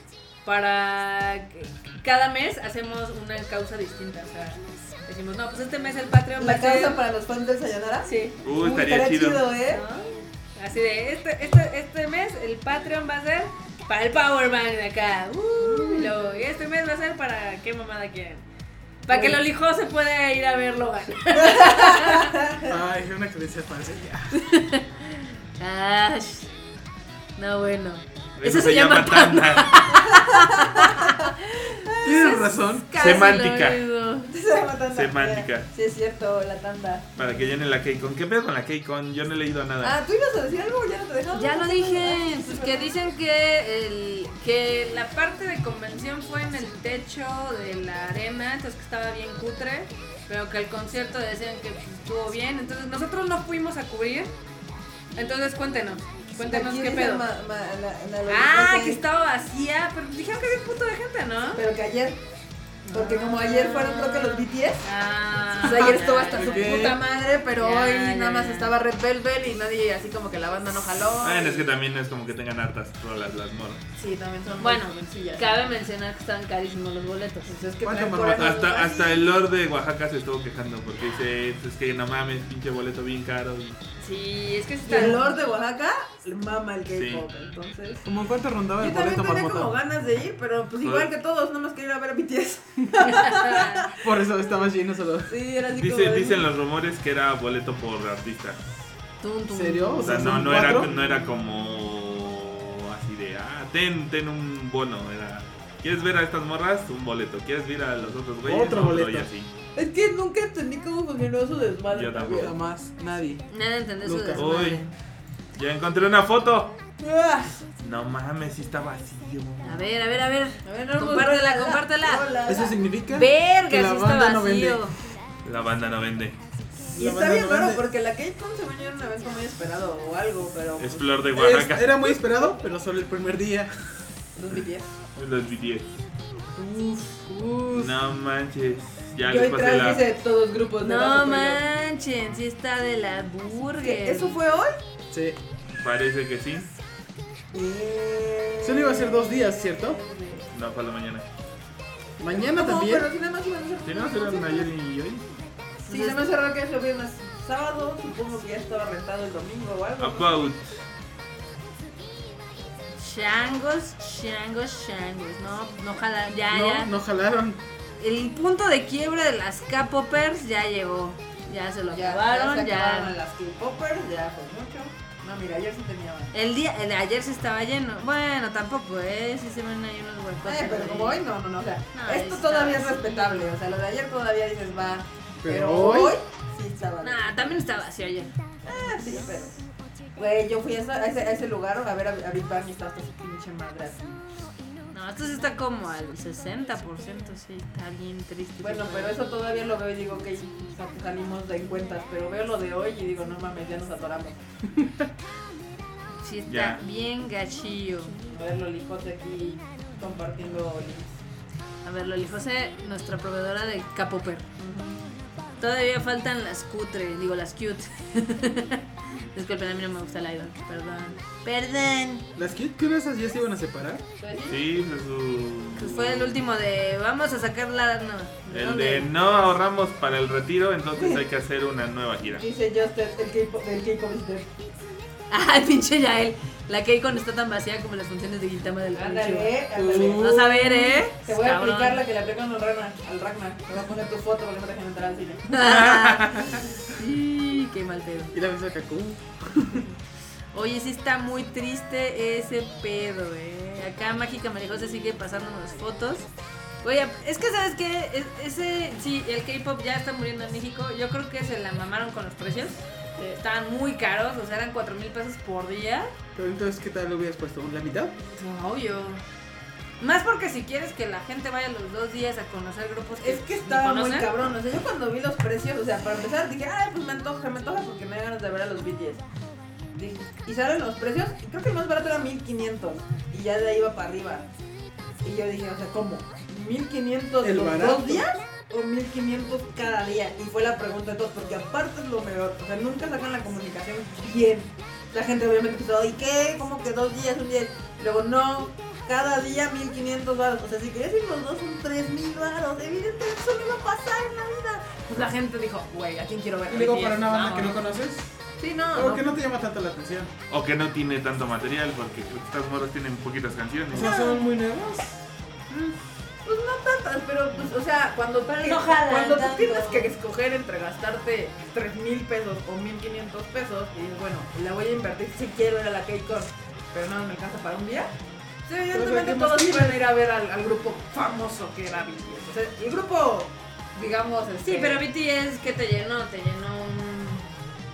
C: para que- cada mes hacemos una causa distinta. O sea, decimos, no, pues este mes el Patreon va a
F: ¿La
C: ser-
F: causa para los fans del Sayonara?
C: Sí.
A: Uh, estaría chido.
F: ¿eh?
C: ¿no? Así de, este, este, este mes el Patreon va a ser para el Power Man de acá. Uh, y luego, y este mes va a ser para qué mamada quieren. Para que lo lijo se pueda ir a verlo.
D: Ay, una creencia falsa. Ya.
C: Ah, sh- no, bueno.
A: Eso, se, llama tanda.
D: Tienes razón.
C: Casi
A: Semántica.
C: lo mismo.
F: Se llama tanda.
A: Semántica.
F: Sí, es cierto, la tanda.
A: Para que llene la K-Con. ¿Qué pedo con la K-Con? Yo no he leído nada.
F: Ah, ¿tú ibas a decir algo? Ya no te dejamos.
C: Ya lo
F: Ah,
C: dije,
F: sí,
C: pues
F: sí,
C: que
F: verdad.
C: dicen que, el, que la parte de convención fue en el techo de la arena, entonces que estaba bien cutre, pero que el concierto decían que pues, estuvo bien, entonces nosotros no fuimos a cubrir, entonces cuéntenos, cuéntenos
F: Aquí
C: qué
F: dice
C: pedo.
F: ma- ma- la- la Lolita
C: Ah,
F: Kay,
C: que estaba vacía, pero dijeron que había un puto de gente, ¿no?
F: Pero que ayer. Porque como ayer fueron creo que los BTS.
C: Ah,
E: Pues ayer
C: ya,
E: estuvo hasta
C: ya,
E: su
C: ya.
E: puta madre, pero
C: Ya,
E: hoy
C: ya,
E: nada más
C: ya.
E: estaba Red Velvet y nadie así como que la banda no jaló.
C: Ah,
A: Bueno, es que también no es como que tengan hartas trolas las moras.
E: Sí, también son muy
C: Bueno,
E: jovencillas.
C: Cabe mencionar que estaban carísimos los boletos.
E: Pues es que
D: ¿Cuánto
E: traen
D: mamá?
E: coraje.
A: Hasta, hasta el Lord de Oaxaca se estuvo quejando porque dice, "Pues es que no mames, pinche boleto bien caro. Y-
C: Sí, es que
F: Y el
C: está...
F: Lord de Oaxaca le mama el K-pop,
A: Sí.
F: entonces.
D: ¿Cómo en cuánto rondaba el
F: Yo también
D: boleto
F: tenía como
D: marmota?
F: ganas de ir, pero pues igual que todos, nada más quería ir a ver a BTS.
D: Por eso estaba lleno solo.
F: Sí, era así
A: Dice,
F: como. de-
A: dicen los rumores que era boleto por artista.
C: Tum,
D: ¿En
C: tum,
D: serio?
A: O sea,
D: ¿son
A: no, no, era,
D: cuatro?
A: no era como así de, ah, ten, ten un bono. Era, ¿quieres ver a estas morras? Un boleto. ¿Quieres ver a los otros güeyes?
D: Otro boleto.
A: Y así.
F: Es que nunca entendí cómo funcionó su desmadre.
A: Yo tampoco.
D: Jamás, nadie.
C: Nada entendés su
D: Nunca.
C: desmadre.
A: Uy, ya encontré una foto.
F: Ah,
A: No mames, sí está vacío.
C: A ver, a ver, a ver.
F: a ver, no, pues,
C: Compártela,
F: hola,
C: compártela.
F: hola.
D: Eso significa.
C: Verga,
D: Que la
C: sí está
D: banda no vende.
C: vacío.
A: La banda no vende.
F: Y
D: La
F: está
D: banda
F: bien
D: no
F: raro
D: vende.
F: porque la K-Con se venía un evento muy esperado o algo, pero. pues,
A: Es Flor de
D: Es-
A: Oaxaca.
D: era muy esperado, pero solo el primer día.
F: Los BTS.
A: Los BTS.
D: Uf, uf.
A: No manches. Ya
F: Yo
A: les pasé
F: entré
A: la.
F: dice todos grupos de
C: No
F: Bajo Cuello.
C: manchen, sí está de la burger.
F: ¿Eso fue hoy?
D: Sí.
A: Parece que sí.
D: Eh, Solo iba a ser dos días, ¿cierto?
A: No, para la mañana.
D: Mañana
F: No,
D: también.
F: pero si nada más iban a ser-
A: Si no, serán ayer y hoy.
F: Sí, se me hace raro que eso viernes sábado, supongo que ya estaba rentado el domingo o algo. ¿no?
A: About.
C: Changos, changos, changos. No, no jalan, ya, ya.
D: No, no jalaron.
C: El punto de quiebre de las K-Popers ya llegó. Ya se lo
F: Ya,
C: acabaron,
F: se acabaron
C: ya.
F: las K-Popers, ya fue mucho. No, mira, ayer sí tenía más.
C: El día, el de ayer se estaba lleno. Bueno, tampoco, eh. Sí se ven ahí unos huecos.
F: Eh, pero
C: ahí.
F: como hoy no, no, no, o sea,
C: No,
F: esto
C: está-
F: todavía es respetable, o sea, lo de ayer todavía dices va, pero,
D: Pero
F: hoy,
D: hoy
F: sí estaba.
C: Nah, también está vacío ayer.
F: Ah, sí, pero. Güey, yo fui a, esa- a ese, a ese lugar a ver a, a Big Bang y estaba hasta su pinche madre así.
C: No, esto sí está como al 60%, sí, está bien triste.
F: Bueno, pero eso todavía lo veo y digo, ok, o sea, pues salimos de cuentas, pero veo lo de hoy y digo, no mames, ya nos atoramos.
C: Sí está
A: Ya.
C: bien gachillo.
F: A ver, Lolijote aquí compartiendo links.
C: A ver, Loli José, nuestra proveedora de Capoper. Todavía faltan las cutre, digo las cute. Disculpen, a mí no me gusta el idol, perdón. Perdón.
D: ¿Las Kid esas ya se iban a separar?
A: Sí, fue su.
C: Pues fue el último de vamos a sacar la... No, ¿de
A: El
C: dónde?
A: de no ahorramos para el retiro, entonces hay que hacer una nueva gira.
F: Dice Justin, el K-pop, el K-pop es de-
C: Ay, pinche Yael. La Keiko no está tan vacía como las funciones de Guitama del Pinocho.
F: Ándale, ándale.
C: Vas a ver, ¿eh?
F: Uh. Te voy a
C: Cabrón.
F: aplicar la que le aplican al Ragnar. Al Ragnar. Te voy a poner tu foto porque no te dejan entrar al cine.
C: sí, qué mal pedo.
D: Y la vez a Kaku.
C: Oye, sí está muy triste ese pedo, eh. Acá Mágica Marijosa sigue pasándonos fotos. Oye, es que sabes que ese, sí, el K-pop ya está muriendo en México. Yo creo que se la mamaron con los precios. Eh, Estaban muy caros, o sea, eran 4 mil pesos por día.
D: Pero entonces, ¿qué tal lo hubieras puesto? ¿La mitad?
C: Obvio. Más porque si quieres que la gente vaya los dos días a conocer grupos que
F: Es que
C: ni
F: estaba muy
C: conocen.
F: cabrón. O sea, yo cuando vi los precios, o sea, para empezar dije, ay, pues me antoja, me antoja porque me da ganas de ver a los BTS. Dije, y salen los precios, y creo que el más barato era 1500. Y ya de ahí iba para arriba. Y yo dije, o sea, ¿cómo? ¿1500
D: El
F: los
D: barato.
F: dos días? O 1500 cada día. Y fue la pregunta de todos, porque aparte es lo peor. O sea, nunca sacan la comunicación bien. La gente obviamente pensó, ¿y qué? ¿Cómo que dos días, un día? Y Luego, no,
E: cada día 1500 varos. O sea, si quieres ir los dos son 3000 varos. Evidentemente eso no iba a pasar en la vida.
F: Pues la gente dijo, güey, ¿a quién quiero ver?
D: Y luego
F: BTS,
D: para una banda
F: no.
D: que no conoces,
F: Sí, no.
D: o
F: no.
D: que no te llama tanto la atención.
A: O que no tiene tanto material, porque estas morras tienen poquitas
D: O
A: canciones.
D: sea, son muy nuevas.
E: Pues no tantas, pero pues, o sea, cuando,
C: Pero
E: que-
C: no jalan
E: cuando tú
C: tanto.
E: tienes que escoger entre gastarte 3000 pesos o 1500 pesos, y dices, bueno, la voy a invertir si quiero ir a la K-Con, pero no me alcanza para un día. pues, evidentemente
D: ¿qué más
E: todos
D: quieres?
E: iban a ir a ver al, al grupo famoso que era BTS. O sea, el grupo, digamos,
C: Sí,
F: eh.
E: este,
C: pero BTS, ¿qué te llenó? Te llenó un.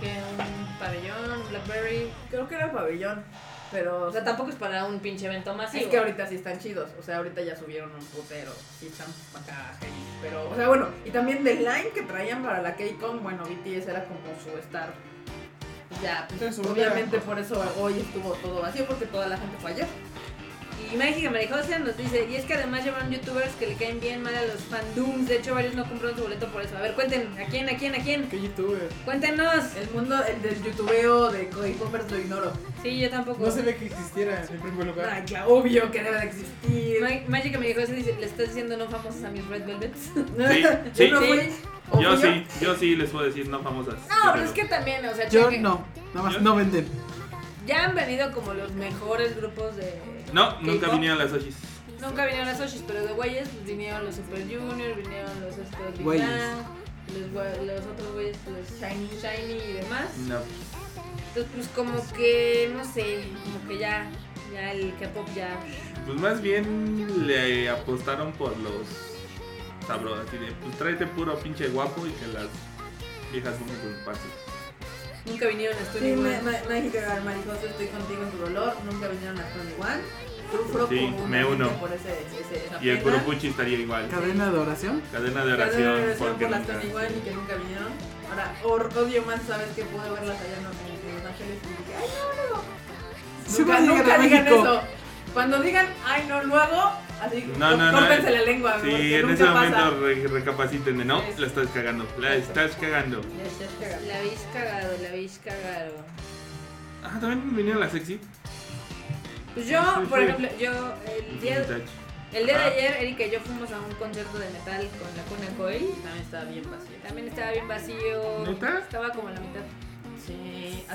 C: ¿Qué? Un pabellón, un Blackberry.
E: creo que era pabellón, pero
C: O sea, tampoco es para un pinche evento masivo.
E: es que ahorita sí están chidos, o sea, ahorita ya subieron un putero, sí están acá heavy, pero, o sea, bueno, y también del line que traían para la K-Con, bueno, BTS era como su star, ya, pues,
D: Eso,
E: obviamente por eso hoy estuvo todo vacío, porque toda la gente fue ayer,
C: Y Mágica Marijosa nos dice: Y es que además llevan youtubers que le caen bien mal a los fandoms. De hecho, varios no compraron su boleto por eso. A ver, cuenten, ¿a quién, a quién, a quién?
D: ¿Qué youtuber?
C: Cuéntenos.
E: el mundo, el del youtubeo de K-Popers lo ignoro,
C: Sí, yo tampoco.
D: No se ve que existiera en primer lugar.
E: Ay, claro, obvio que debe de existir,
C: Ma- Mágica Marijosa dice: Le estás diciendo no famosos a mis Red Velvets.
A: Sí, sí.
E: yo no fui, ¿o
A: Yo
E: fui
A: sí, yo sí les puedo decir, no famosas.
C: No, pero es que también, o sea,
D: Yo
C: chequen.
D: no, nada
A: Yo-
D: más no venden.
C: Ya han venido como los mejores grupos de.
A: No, nunca
C: K-pop.
A: vinieron las Oshis.
C: Nunca vinieron las Oshis, pero de güeyes pues, vinieron los Super Junior, vinieron los estos Big
D: Güeyes.
C: Bang, los, güe- los otros güeyes, los Shiny, Shiny y demás.
A: No.
C: Entonces, pues como que, no sé, como que ya, ya el K-pop ya.
A: Pues más bien le apostaron por los sabros, así de, pues tráete puro pinche guapo y que las viejas nunca con pases.
C: Nunca vinieron a
E: Sí,
C: Studio
E: me,
C: One.
E: me, me dijiste, maricosa, estoy contigo en tu dolor, nunca vinieron a Tony One. Sufro
A: Sí,
E: como
A: me
E: una
A: uno.
E: gente Por ese, ese, esa
A: Y el
E: pena.
A: Kuropuchi estaría igual.
D: Cadena de oración.
A: Cadena de
E: Cadena de
A: oración,
E: oración
A: porque
E: por las
A: nunca-
E: Tony One y que nunca vinieron. Ahora, or- odio más saber que pude verlas allá en Los en Los Ángeles y dije, ay,
D: Sí,
E: no, nunca,
D: me digan
E: nunca
D: a
E: digan
D: México.
E: eso. Cuando digan, ay, no, luego, así,
A: No,
E: có-
A: no, no,
E: córtense
A: eh,
E: la lengua,
A: Sí,
E: porque
A: en
E: nunca
A: ese
E: pasa.
A: momento re- recapaciten de no, la estás cagando, la estás cagando.
C: La habéis cagado, la habéis cagado.
A: Ah, también vinieron las sexy.
C: Pues yo,
A: Sí, Ah.
C: por
A: sí.
C: ejemplo, yo el día,
A: Touch.
C: el día de
A: Ajá.
C: ayer, Erika y yo fuimos a un concierto de metal con la Cuna Coil.
E: También estaba bien vacío.
C: También estaba bien vacío.
A: ¿Neta?
C: Estaba como a la mitad.
E: Sí,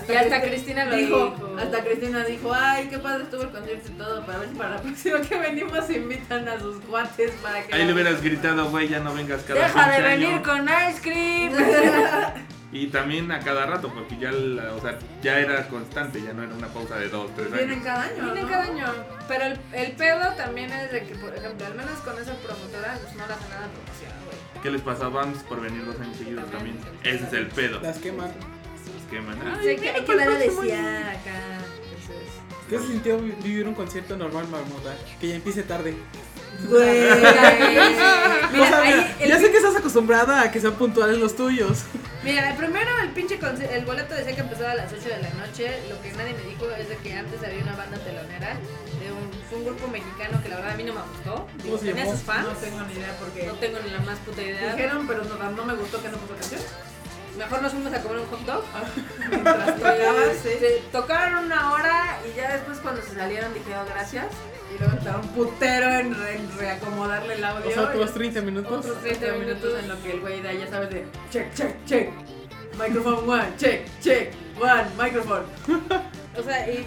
C: Y hasta Cristina lo dijo.
E: dijo, hasta Cristina dijo, ay, qué padre estuvo el concierto y todo, para ver si para la próxima que venimos invitan a sus cuates para que...
A: Ahí le hubieras gritado, güey, ya no vengas cada
C: Deja de
A: pinche
C: venir
A: año".
C: con ice cream.
A: Y también a cada rato, porque ya, la- o sea, ya era constante, ya no era una pausa de dos, tres
E: Vienen
A: años.
E: cada año,
C: Viene
E: ¿no?
C: cada año. Pero el, el pedo también es de que, por ejemplo, al menos con esa promotora, pues no le hace nada de promoción, güey.
A: ¿Qué les pasaba a Vans por venir dos años seguidos también? Ese es el pedo.
D: Las queman.
A: Los queman.
C: O
A: Ay,
C: sea, que hay que dar a desear acá. Entonces,
D: ¿Qué se sintió vi- vivir un concierto normal, Marmota? Que ya empiece tarde.
E: Güey.
C: pues,
D: O sea,
C: mira, ahí
D: mira,
C: el
D: ya sé que estás acostumbrada a que sean puntuales los tuyos.
C: Mira, primero el pinche conci- el boleto decía que empezaba a las 8 de la noche. Lo que nadie me dijo es de que antes había una banda telonera de un, fue un grupo mexicano que la verdad a mí no me gustó. Digo,
D: se
C: Tenía
D: llamó?
C: sus fans.
E: No tengo ni idea porque
C: No tengo ni la más puta idea.
E: dijeron, pero no, no me gustó que no puso canción.
C: Mejor nos fuimos a comer un hot dog.
E: Mientras tocaban, sí.
C: Este, tocaron una hora y ya después cuando se salieron.
E: Salieron, dije, "Oh, gracias. Y luego entraron putero en, re- en reacomodarle el audio.
D: O sea, otros
E: Y
D: 30 minutos.
E: otros 30 minutos en lo que el güey da, ya sabes, de check, check, check. Microphone one, check, check, one, microphone.
C: O sea, y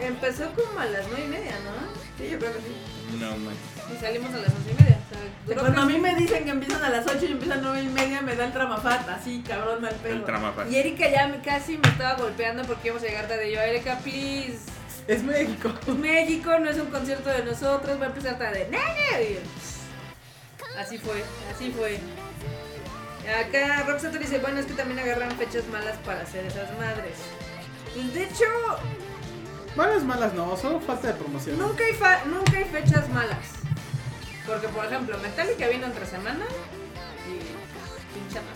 C: empezó como a las 9 y media, ¿no?
E: Sí, yo creo que sí.
A: No, man.
C: Y salimos a las 11 y media. O sea, duró
E: Cuando a
C: casi-
E: mí me dicen que empiezan a las 8 y empiezan a 9 y media, me da el tramafat, así, cabrón, mal pedo.
A: El tramapa.
C: Y Erika ya me- casi me estaba golpeando porque íbamos a llegar tarde. Yo, Erika, please.
D: Es México.
C: México no es un concierto de nosotros, va a empezar tarde. ¡Nene! Y yo, Así fue, así fue. Acá Roxato dice, bueno, es que también agarran fechas malas para hacer esas madres. Pues, De hecho,
D: Malas, malas no, solo falta de promoción.
C: nunca hay, fa- nunca hay fechas malas. Porque, por ejemplo, Metallica vino entre semana y pues, pincha más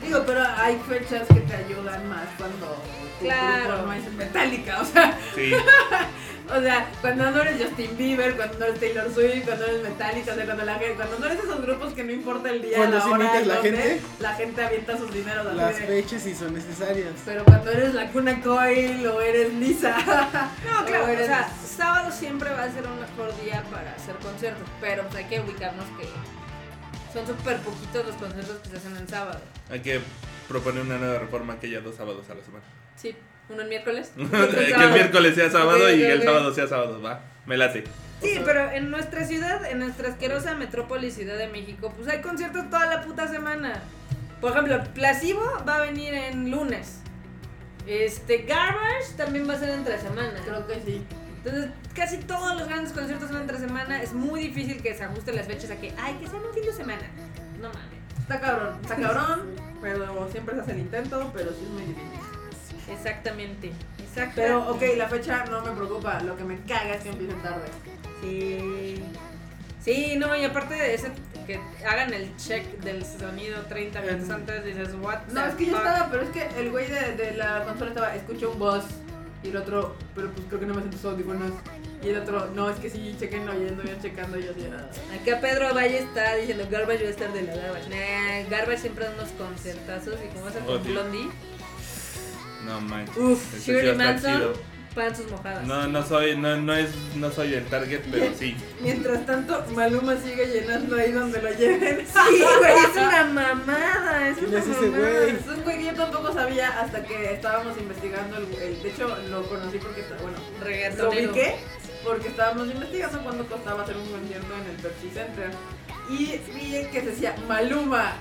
E: Digo, pero hay fechas que te ayudan más cuando tu
C: Claro.
E: grupo no es Metallica, o sea,
A: Sí,
E: O sea, cuando no eres Justin Bieber, cuando no eres Taylor Swift, cuando no eres Metallica, o sea, cuando, la, gente- cuando no eres esos grupos que no importa el día,
D: Cuando
E: la
D: sí
E: hora,
D: imitas
E: el
D: la
E: dónde,
D: gente.
E: la gente avienta sus dineros así
D: Las
E: de-
D: fechas sí son necesarias.
E: Pero cuando eres la cuna coil o eres Lisa.
C: No, claro,
E: Ahora
C: o sea,
E: eres-
C: sábado siempre va a ser un mejor día para hacer conciertos, pero pues, hay que ubicarnos que son súper poquitos los conciertos que se hacen en sábado.
A: Hay que proponer una nueva reforma que ya dos sábados a la semana.
C: Sí, uno el miércoles.
A: que el miércoles sea sábado
C: Ok,
A: y
C: ok,
A: el
C: ok.
A: sábado sea sábado, va. Me late.
C: Sí, pero en nuestra ciudad, en nuestra asquerosa metrópoli Ciudad de México, pues hay conciertos toda la puta semana. Por ejemplo, Placebo va a venir en lunes. Este, Garbage también va a ser entre semana.
E: Creo que sí.
C: Entonces, casi todos los grandes conciertos son entre semana. Es muy difícil que se ajusten las fechas a que, ay, que sean un fin de semana. No mames.
E: Está cabrón, está cabrón, pero siempre se hace el intento, pero sí es muy difícil.
C: Exactamente. Exactamente.
E: Pero, ok, la fecha no me preocupa, lo que me caga es que empiecen tarde.
C: Sí. Sí, no, y aparte de ese, que hagan el check del sonido 30 minutos
D: En-
C: antes, dices, what
E: Em. No,
C: the
E: es que yo
C: fuck?"
E: estaba, pero es que el güey de, de la consola estaba, escucho un boss, y el otro, pero pues creo que no me hacen tus audífonos. Y el otro, no, es que sí, chequenlo, y anduve checando, y yo así, ah.
C: Acá Pedro Valle está diciendo, Garbage va a estar de la Garbage. Nah, Garbage siempre da unos concertazos, y como va a ser
A: Oh,
C: con
A: Dios.
C: Blondie,
A: No manches.
C: Uf,
A: Eso sí
C: Shirley
A: va a estar
C: Manson.
A: chido.
C: panzas mojadas.
A: No, no soy, no, no es, no soy el target, pero sí.
E: Mientras tanto, Maluma sigue llenando ahí donde lo lleven.
C: Sí, güey, es
E: "Ah".
C: una mamada, es
D: ¿Quién
C: una
D: es ese
C: mamada.
D: güey?
E: Es un güey que yo tampoco sabía hasta que estábamos investigando el, el- De hecho, lo conocí porque está. Bueno, lo
C: Reggaetonero.
E: ubiqué porque estábamos investigando cuánto costaba hacer un concierto en el Pepsi Center. Y vi que se decía Maluma,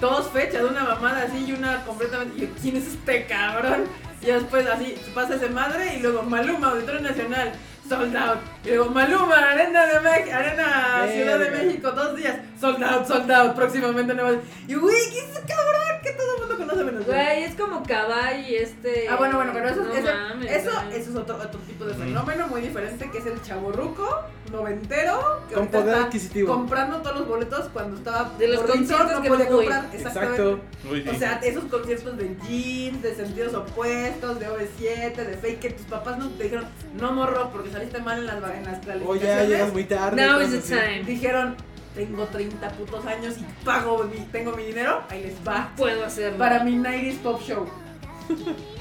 E: dos fechas, una mamada así y una completamente. Y yo, ¿quién es este cabrón? Y después así, pasa ese madre y luego Maluma, Auditorio Nacional, sold out. Y luego Maluma, Arena de Mex- Arena Ciudad de
D: Verga.
E: México, dos días, sold out, sold out, próximamente Nueva York. Y güey, ¿quién es este cabrón? Que todo el mundo conoce menos yo.
C: Güey, es como Cabal y este.
E: Ah, bueno, bueno, pero eso,
C: No
E: eso,
C: mames,
E: eso,
C: güey.
E: eso es otro, otro tipo de
A: Mm.
E: fenómeno muy diferente, que es el chaborruco noventero, que
D: Con
E: ahorita
D: poder
E: está
D: adquisitivo.
E: comprando todos los boletos cuando estaba
C: De los
E: gordito,
C: conciertos
E: no
C: que
E: podía
C: no fui.
E: comprar, exactamente.
D: Exacto.
A: Uy, sí.
E: O sea, esos conciertos de jeans, de sentidos opuestos, de OV7, de fake, que tus papás no te dijeron, no morro, porque saliste mal en las, en las
D: O Oh, ya llegas
E: calificaciones.
D: muy tarde.
C: Now is
D: cosas
C: the
D: así.
C: time.
E: dijeron, tengo 30 putos años y pago, mi, tengo mi dinero, ahí les va.
C: Puedo hacerlo.
E: Para mi 90s pop show.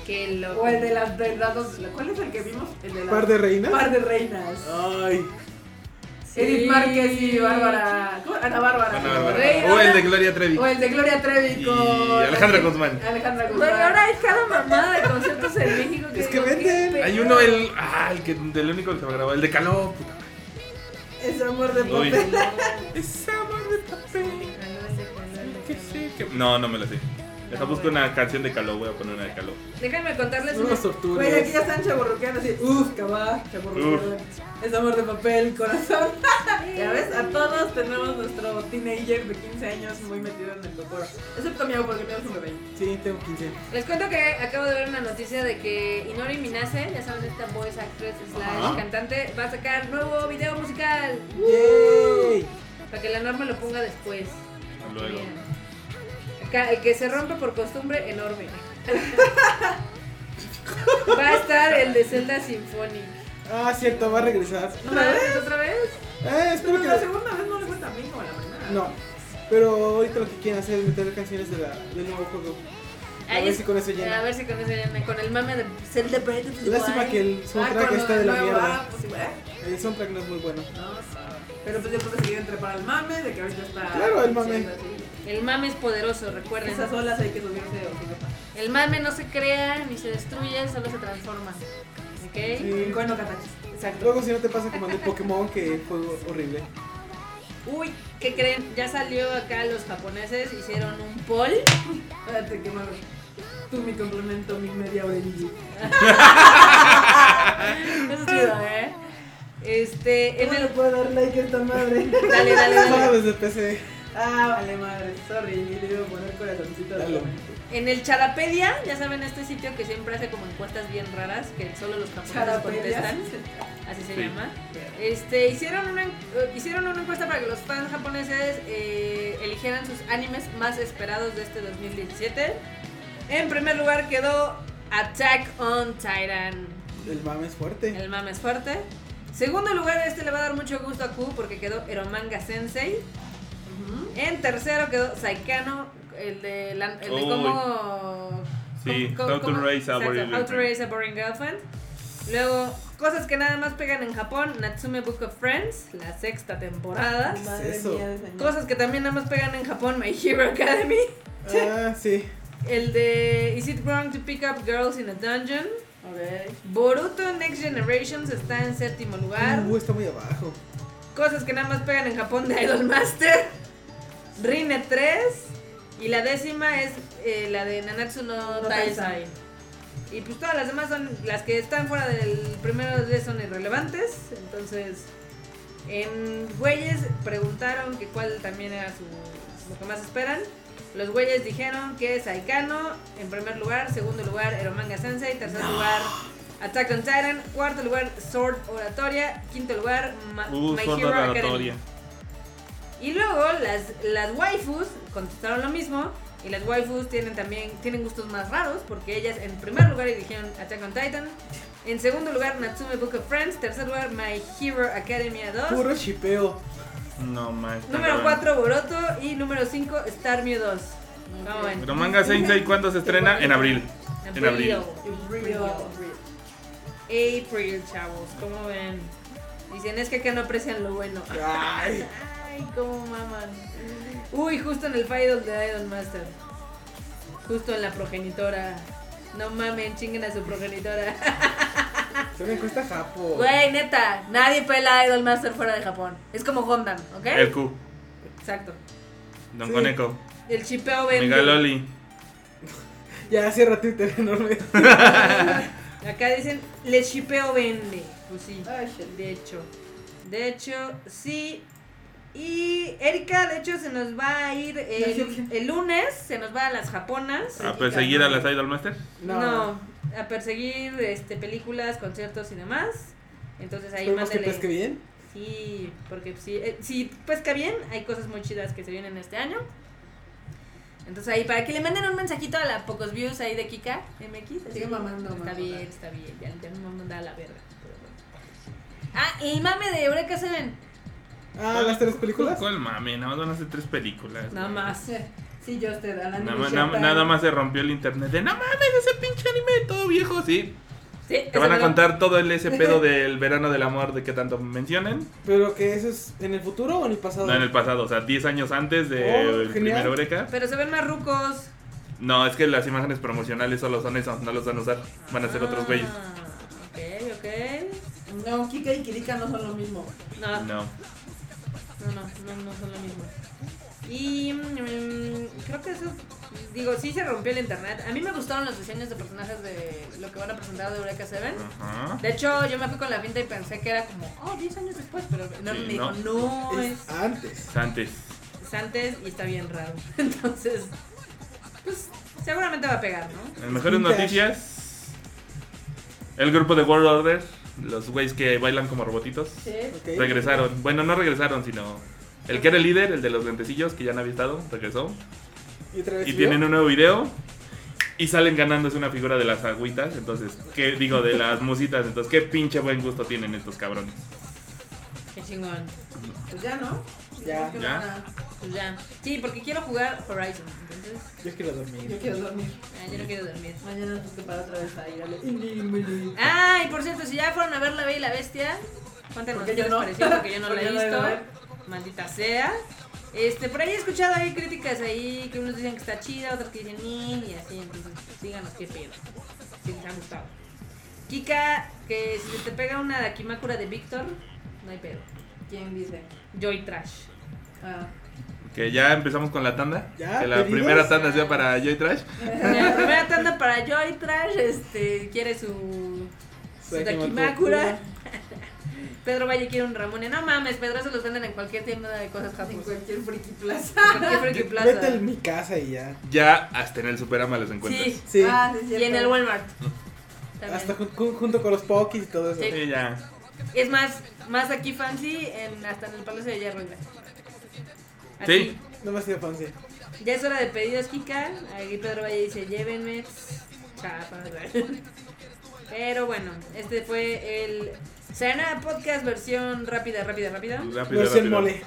C: Qué loco.
E: O el de las de las dos- ¿Cuál es el que vimos? El de las
D: Par de reinas.
E: Par de reinas.
D: Ay.
C: Sí.
E: Edith Márquez y Bárbara. ¿cómo? Ana Bárbara.
A: Ana Bárbara.
C: Rey,
A: o el
C: ahora-
A: de Gloria Trevi.
E: O el de Gloria Trevi
A: Y
E: con. este,
A: Alejandra Guzmán.
E: Alejandra
C: Güey,
E: Guzmán.
C: ahora hay cada mamada de conciertos en México que
D: Es que
C: digo, ¿qué
D: venden.
C: pedo?
A: Hay uno, el, ah, el que, del único que se me grabó, el de Caló. puta.
E: Es amor de
A: Uy.
E: papel.
A: No, no me lo sé. Deja, busco una canción de Caló, voy a poner una de Caló.
C: Déjenme contarles
D: Son
C: una.
D: unas torturas.
F: Pues
E: Güey, aquí ya están chaborruqueando así. Uf, cabá, chaborruqueando. Es amor de papel, corazón. ya ves, a todos tenemos nuestro teenager de 15 años muy metido en el doctor. Excepto mi porque tenemos un bebé.
D: Sí, tengo 15.
C: Les cuento que acabo de ver una noticia de que Inori Minase, ya saben, esta voice actress slash
A: Ajá.
C: cantante, va a sacar nuevo video musical.
D: ¡Yay!
C: Para que la norma lo ponga después.
A: Hasta Luego.
C: Mira. Acá, el que se rompe por costumbre, enorme. Va a estar el de Zelda Symphonic.
D: Ah, cierto, va a regresar.
C: ¿No mames, otra vez?
D: Eh, espero
E: Pero la
D: que.
E: segunda vez no le fue tan bien como la primera. Ah,
D: No. Pero ahorita lo que quieren hacer es meter canciones de la, del nuevo juego. A
C: Ay,
D: ver
C: es-
D: si con eso
C: A
D: llena.
C: ver si con eso llena. Con el mame de Zelda Breath of the
D: Lástima
C: Wild.
D: que el
E: Ah,
D: soundtrack
E: con lo
D: está de la
E: nuevo,
D: mierda.
E: ah, pues, sí, güey.
D: El soundtrack no es muy bueno.
E: No, sí. Pero pues yo creo que seguir entre para el mame, de que ahorita está. Pues,
D: Claro, el mame.
C: El mame es poderoso, recuerden.
E: Esas olas hay que subirse o qué
C: El mame no se crea ni se destruye, solo se transforma. ¿Ok?
D: Sí.
E: Bueno, Katachi.
D: Luego si no te pasa como en el Pokémon que fue horrible.
C: Uy, ¿qué creen? Ya salió acá los japoneses, hicieron un poll.
E: Espérate, que malo. Tú mi complemento, mi media orilla.
C: Eso es chido, ¿eh? Este, en
E: ¿Cómo
C: el...
E: le puedo dar like a esta madre?
C: Dale, dale, dale.
D: Solo desde PC.
E: ah, vale, madre. Sorry, le debo poner corazoncito.
D: Dalo.
C: En el Charapedia, ya saben, este sitio que siempre hace como encuestas bien raras, que solo los japoneses
E: Charapedia.
C: contestan, así se
A: Sí.
C: llama. Este, hicieron una, eh, hicieron una encuesta para que los fans japoneses eh, eligieran sus animes más esperados de este 2017. En primer lugar quedó Attack on Titan.
D: El mame es fuerte.
C: El mame es fuerte. Segundo lugar, este le va a dar mucho gusto a Q porque quedó Eromanga Sensei. En tercero quedó Saikano, el de, la- el de
A: Uy.
C: cómo.
A: Sí, How to Raise a
C: exacto,
A: Boring
C: How to
A: Girlfriend.
C: Raise a Boring Girlfriend. Luego, cosas que nada más pegan en Japón: Natsume Book of Friends, la sexta temporada.
D: es eso?
F: del señor.
C: Cosas que también nada más pegan en Japón: My Hero Academy.
D: Ah, sí.
C: El de Is It Wrong to Pick Up Girls in a Dungeon.
F: Ok.
C: Boruto Next Generations está en séptimo lugar.
D: Uh, está muy abajo.
C: Cosas que nada más pegan en Japón de Idolmaster. Rine 3. Y la décima es eh, la de Nanatsu no,
F: No
C: Taizai. Y pues todas las demás son las que están fuera del primero de son irrelevantes. Entonces, en güeyes preguntaron que cuál también era su, lo que más esperan. Los güeyes dijeron que Saikano en primer lugar, segundo lugar Eromanga Sensei, tercer lugar Attack on Titan, cuarto lugar Sword Oratoria, quinto lugar Ma-
A: Uh,
C: My
A: Sword
C: Hero
A: Art
C: Academia.
A: Oratoria.
C: Y luego las, las waifus contestaron lo mismo. Y las waifus tienen también tienen gustos más raros porque ellas en primer lugar eligieron Attack on Titan. En segundo lugar Natsume Book of Friends. Tercer lugar My Hero Academia 2.
D: Puro chipeo.
A: No manches.
C: Número 4 Boruto y número 5 Star Mew 2. ¿Cómo ven?
A: Pero manga Sensei, ¿cuándo se estrena? En abril. En abril.
C: April, chavos. ¿Cómo ven? Dicen, es que acá no aprecian lo bueno.
D: Ay.
C: Ay, cómo maman. Uy, justo en el Idol de Idol Master. Justo en la progenitora. No mamen, chinguen a su progenitora.
D: Se me cuesta japo.
C: Güey, neta, nadie pela a Idol Master fuera de Japón. Es como Gundam, ¿ok?
A: El Q.
C: Exacto.
A: Don
D: Sí.
A: Coneco.
C: El chipeo vende.
A: Megaloli.
D: Ya cierra Twitter enorme.
C: Acá dicen, el chipeo vende. Pues sí. De hecho, de hecho, sí. Y Erika, de hecho, se nos va a ir el, el lunes, se nos va a las japonas.
A: A perseguir a las Idolmaster.
C: No. a perseguir este, películas, conciertos y demás. Entonces ahí
D: Esperemos que
C: mándele.
D: pesque bien.
C: Sí, porque si, eh, si pesca bien, hay cosas muy chidas que se vienen este año. Entonces ahí, para que le manden un mensajito a la Pocos Views ahí de Kika MX. así,
F: Sigue mamando,
C: Está
F: mamá.
C: bien, está bien. Ya, ya me manda a la verga. pero bueno. Ah, el mame de Eureka se ven.
D: Ah, las tres películas.
A: ¿Cuál mame? Nada más van a hacer tres películas.
C: Nada más.
F: Sí, yo usted, Alan.
A: Nada,
F: y
A: más-
F: Shepard.
A: nada- nada más se rompió el internet de no mames, ese pinche anime todo viejo, sí.
C: Sí,
A: Te van a contar todo el ese pedo del verano del amor de que tanto mencionan.
D: Pero que eso es en el futuro o en el pasado.
A: No en el pasado, o sea, 10 años antes de
D: Oh,
A: el
D: genial.
A: primer Eureka.
C: Pero se ven marrucos.
A: No, es que las imágenes promocionales solo son eso, no los van a usar. Van a ser otros güeyes.
C: Ah, Ok, ok.
F: No, Kika y Kirika no son lo mismo.
C: No, no,
A: No.
C: no, no, no son lo mismo. Y mm, creo que eso. Digo, sí se rompió el internet. A mí me gustaron los diseños de personajes de lo que van a presentar de Eureka Seven.
A: Ajá.
C: De hecho, yo me fui con la finta y pensé que era como, oh, 10 años después, pero no,
A: Sí,
C: me dijo, no, es,
D: Es antes.
A: Antes.
C: es antes y está bien raro. Entonces, pues seguramente va a pegar, ¿no?
A: En mejores
D: Vintage.
A: noticias. El grupo de World Order, los güeyes que bailan como robotitos,
D: ok.
A: regresaron. Bueno, no regresaron, sino el que era el líder, el de los lentecillos que ya no había estado, regresó.
D: Y otra vez.
A: Y
D: yo.
A: tienen un nuevo video y salen ganándose una figura de las agüitas, entonces, ¿qué digo de las musitas? Entonces, qué pinche buen gusto tienen estos cabrones.
C: Qué chingón.
F: Pues ya, ¿no?
D: Ya.
F: Yo creo que
A: Ya.
F: van a-
C: Pues ya. Sí, porque quiero jugar Horizon. Entonces,
D: Yo quiero
F: Yo
D: dormir.
F: quiero dormir.
C: ah, yo no quiero dormir.
F: Mañana tengo que parar otra vez a ir a leer.
C: Ah, y por cierto, si ya fueron a ver La Bella y la Bestia, cuéntenos
F: Porque
C: qué
F: yo
C: les
F: no.
C: pareció, porque yo no la
F: Porque
C: he
F: yo no la he
C: visto. Maldita sea. Este, por ahí he escuchado hay críticas ahí que unos dicen que está chida, otros que dicen "Ni", y así, entonces díganos qué pedo. Si les ha gustado. Kika, que si se te pega una Dakimakura de Víctor, no hay pedo.
F: ¿Quién dice?
C: Joy Trash.
F: Ah.
A: Que ya empezamos con la tanda.
D: Ya,
A: que la
D: pedidos.
A: primera tanda sea para Joy Trash.
C: La primera tanda para Joy Trash, este, quiere su, su
D: Soy
C: Dakimakura. Pedro Valle quiere un Ramone. No mames, Pedro se los venden en cualquier tienda de cosas
F: En
C: japonesas.
F: cualquier friki plaza.
C: En cualquier friki plaza.
D: Vete a mi casa y ya.
A: Ya hasta en el Superama los encuentras.
C: Sí,
D: Sí.
F: Ah, sí, es
C: y
F: cierto.
C: en el Walmart. También.
D: Hasta ju- ju- junto con los Pokis y todo eso.
C: Sí.
A: Sí, ya.
C: Es más, más aquí fancy, en, hasta en el Palacio de Hierro. güey.
A: Sí.
C: Aquí.
D: No me ha sido fancy.
C: Ya es hora de pedidos, Kika. Aquí Pedro Valle dice, llévenme. Chapas, güey. Pero bueno, este fue el Serena Podcast versión rápida, rápida, rápida.
A: Rápido,
D: Versión
A: rápido.
D: mole.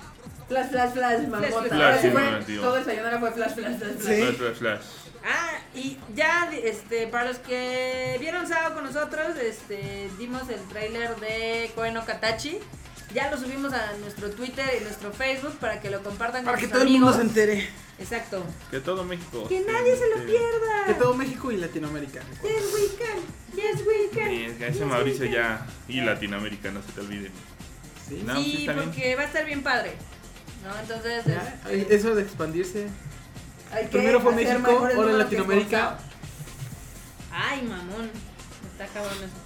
E: Flash, flash, flash,
C: flash,
E: marmota.
C: flash.
E: Ahora sí
A: Flash,
E: fue,
A: informativo.
E: todo el sayonara fue flash, flash, flash, flash.
A: Flash, flash, flash.
C: Ah, y ya, este, para los que vieron sábado con nosotros, este, dimos el tráiler de Koeno Katachi. Ya lo subimos a nuestro Twitter y nuestro Facebook para que lo compartan
D: Para
C: con
D: que
C: sus
D: todo el mundo
C: amigos.
D: se entere.
C: Exacto.
A: Que todo México.
C: Que nadie se lo
A: Sí.
C: pierda.
D: Que todo México y Latinoamérica. recuerda.
C: Yes, we can. Yes, we can.
A: Y es que ese Mauricio ya. Y Latinoamérica, no se te olvide.
D: Sí.
A: No, sí,
C: sí,
A: está bien.
C: porque va a estar bien padre. ¿No? Entonces,
D: Ya,
C: este,
D: Eso de expandirse.
E: Hay que
D: Primero fue
E: hacer
D: México,
E: mejores
D: ahora
E: números que
D: Latinoamérica.
C: ay, mamón. Está cabrón eso.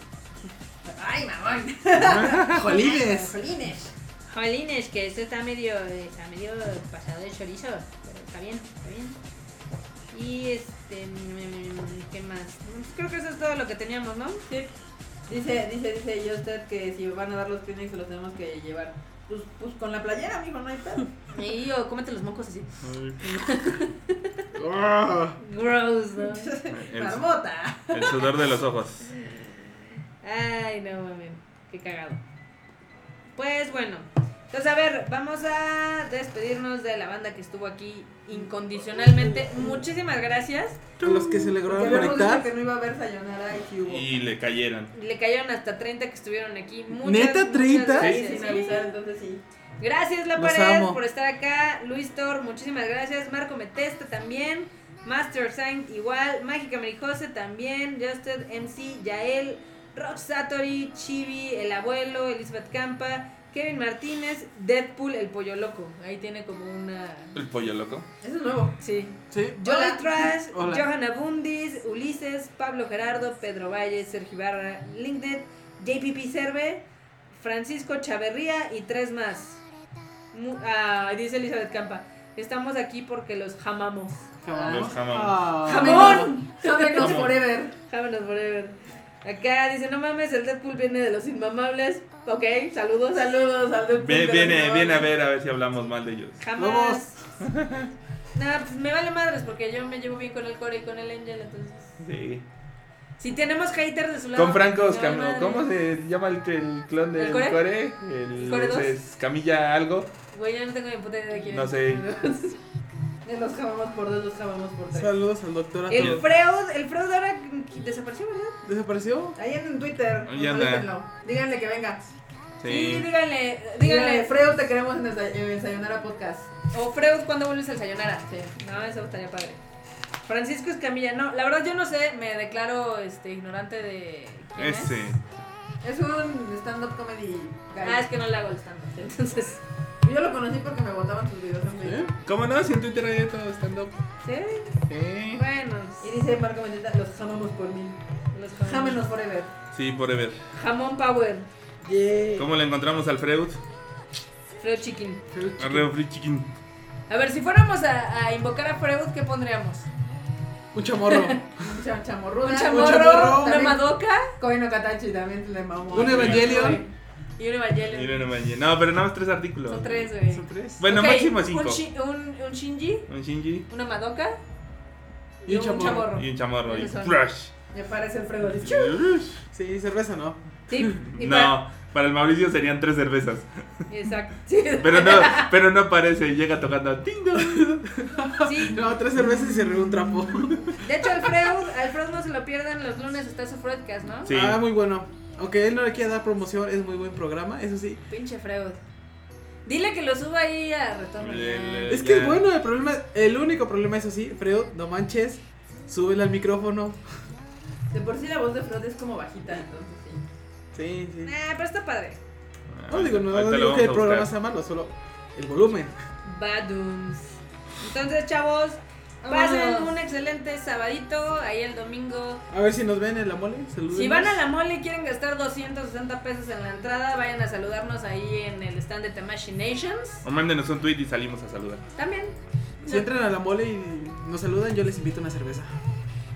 E: Gonzalo. Ay, mamón.
D: Jolines.
E: Jolines.
C: Jolines, que esto está medio, está medio pasado de chorizo, pero está bien, está bien. Y este, mm, ¿qué más? Pues Creo que eso es todo lo que teníamos, ¿no?
E: Sí. Dice, dice, dice yo usted que si van a dar los clinics los tenemos que llevar. Pues, pues con la playera, amigo, no hay pedo.
C: Y yo, cómete los mocos así.
D: Ah.
C: Gross, ¿no?
A: El,
E: Marmota.
A: el sudor de los ojos.
C: Ay, no mames, qué cagado. Pues bueno, entonces a ver, vamos a despedirnos de la banda que estuvo aquí incondicionalmente. Muchísimas gracias.
D: A los que se lograron
E: Porque habíamos dicho
D: conectar.
E: que no iba a haber sayonara y que hubo.
A: Y le cayeron.
C: Le cayeron hasta 30 que estuvieron aquí. Muchas,
D: ¿Neta,
C: muchas
D: 30?
E: Sí,
C: gracias.
E: sin avisar, entonces sí.
C: Gracias, La
D: Los
C: Pared,
D: amo.
C: por estar acá. Luis Tor, muchísimas gracias. Marco Metesta también. Master Saint, igual. Mágica Merijose también. Justed MC, Yael. Rock Satori, Chibi, El Abuelo, Elizabeth Campa. Kevin Martínez, Deadpool, El Pollo Loco. Ahí tiene como una.
A: El pollo loco.
E: Eso es nuevo.
C: Sí.
D: Sí.
C: Jola
E: Hola.
C: Trash,
D: Hola.
C: Johanna Bundis, Ulises, Pablo Gerardo, Pedro Valle, Sergio Barra, LinkedIn, JPP Cerve, Francisco Chaverría y tres más. Mu- ah, dice Elizabeth Campa, estamos aquí porque los jamamos.
A: Los jamón.
D: Ah.
E: ¡Jamón! Sábenos forever.
C: Jámenos forever. Acá dice, no mames, el Deadpool viene de los inmamables. Ok, saludos.
E: Saludos al Deadpool de
A: Ve-
E: los
A: Viene,
E: Novables.
A: viene a ver a ver si hablamos mal de ellos.
C: Jamás. Nada, pues me vale madres porque yo me llevo bien con el Core y con el Angel, entonces...
A: Sí.
C: Si tenemos haters de su lado...
A: Con Franco
C: me vale
A: Escamilla.
C: madre.
A: ¿Cómo se llama el, el clon del
C: ¿El core?
A: core? El,
C: ¿Core dos?
A: es Camilla algo.
C: Güey, yo no tengo ni puta idea de quién
A: No
C: es.
A: sé.
E: Los jamamos por dos, los jamamos por tres.
D: Saludos al doctor a
C: El
D: todos.
C: Freud, el Freud ahora desapareció, ¿verdad?
D: ¿Desapareció?
E: Ahí en Twitter.
A: Ahí anda.
E: moléstenlo. Díganle que venga.
C: Y
A: Sí.
C: díganle,
E: Díganle,
C: díganle,
E: Fredo, te queremos en el say- en el Sayonara Podcast.
C: o Freud, ¿cuándo vuelves al Sayonara?
E: Sí.
C: No, eso estaría padre. Francisco Escamilla, no, la verdad yo no sé, me declaro este, ignorante de quién es.
A: Ese.
E: Es un stand-up comedy guy.
C: Ah, es que no le hago el stand entonces.
E: Yo lo conocí porque me botaban sus videos en
D: ¿Eh?
E: Facebook.
A: ¿Cómo no? Si en Twitter hay de todo stand up.
C: Sí,
A: Sí.
C: bueno.
E: Y dice Marco Mendieta, los jamamos por mil.
C: los
E: Jámenos forever.
A: Sí, forever.
C: Jamón Power,
D: Yeah.
A: ¿Cómo le encontramos al Freud?
C: Freud Chicken.
A: Arreo Free Chicken.
C: A ver, si fuéramos a, a invocar a Freud, ¿qué pondríamos?
D: Un chamorro.
E: Un cha- chamorro.
C: Un
D: chamorro,
C: chamorro, una
E: también.
C: madoka
E: Coino Katachi también le mamó.
D: Un Evangelion.
C: y un evangelio.
A: Miren, no manches. No, pero nada más tres artículos.
C: Son tres, güey.
D: Son tres.
A: Bueno,
C: Ok,
A: máximo cinco.
C: Un, shi- un, un Shinji,
A: Un Shinji
C: una Madoka
D: Y un chamorro.
A: y un chamorro. Y
C: Esos son.
A: Flash.
E: Me parece el Fredo. dice, "Chu".
A: Flash.
D: Sí, cerveza no.
C: Sí, y pa-
A: No, para el Mauricio serían tres cervezas.
C: Exacto. Sí,
A: Pero no, pero no aparece, llega tocando. "Ting dong".
C: sí.
D: No, tres cervezas y se rió un trapo.
C: De hecho, al Freud, al Freud no se lo pierdan los lunes, está su Freudcast, ¿no?
A: Sí.
D: Ah, muy bueno. Aunque él no le quiera dar promoción, es muy buen programa, eso sí.
C: Pinche Freud. Dile que lo suba ahí a retorno.
A: El-
D: Es que
A: Eh, Ya.
D: es bueno, el problema, el único problema es así, Freud, no manches, súbele al micrófono.
E: De por sí la voz de Fredo es como bajita, entonces sí.
D: Sí, sí.
C: Nah, pero está padre.
D: No digo, no, no
A: Ahorita lo
D: digo que el
A: vamos a
D: programa
A: buscar.
D: sea malo, solo el volumen.
C: Badums. Entonces, chavos, pasen
E: Vámonos.
C: un excelente sabadito, ahí el domingo.
D: A ver si nos ven en la mole, saludos.
C: Si van a la mole y quieren gastar 260 pesos en la entrada, vayan a saludarnos ahí en el stand de Tamashi Nations.
A: O mándenos un tweet y salimos a saludar.
C: También.
D: Si entran a la mole y nos saludan, yo les invito una cerveza.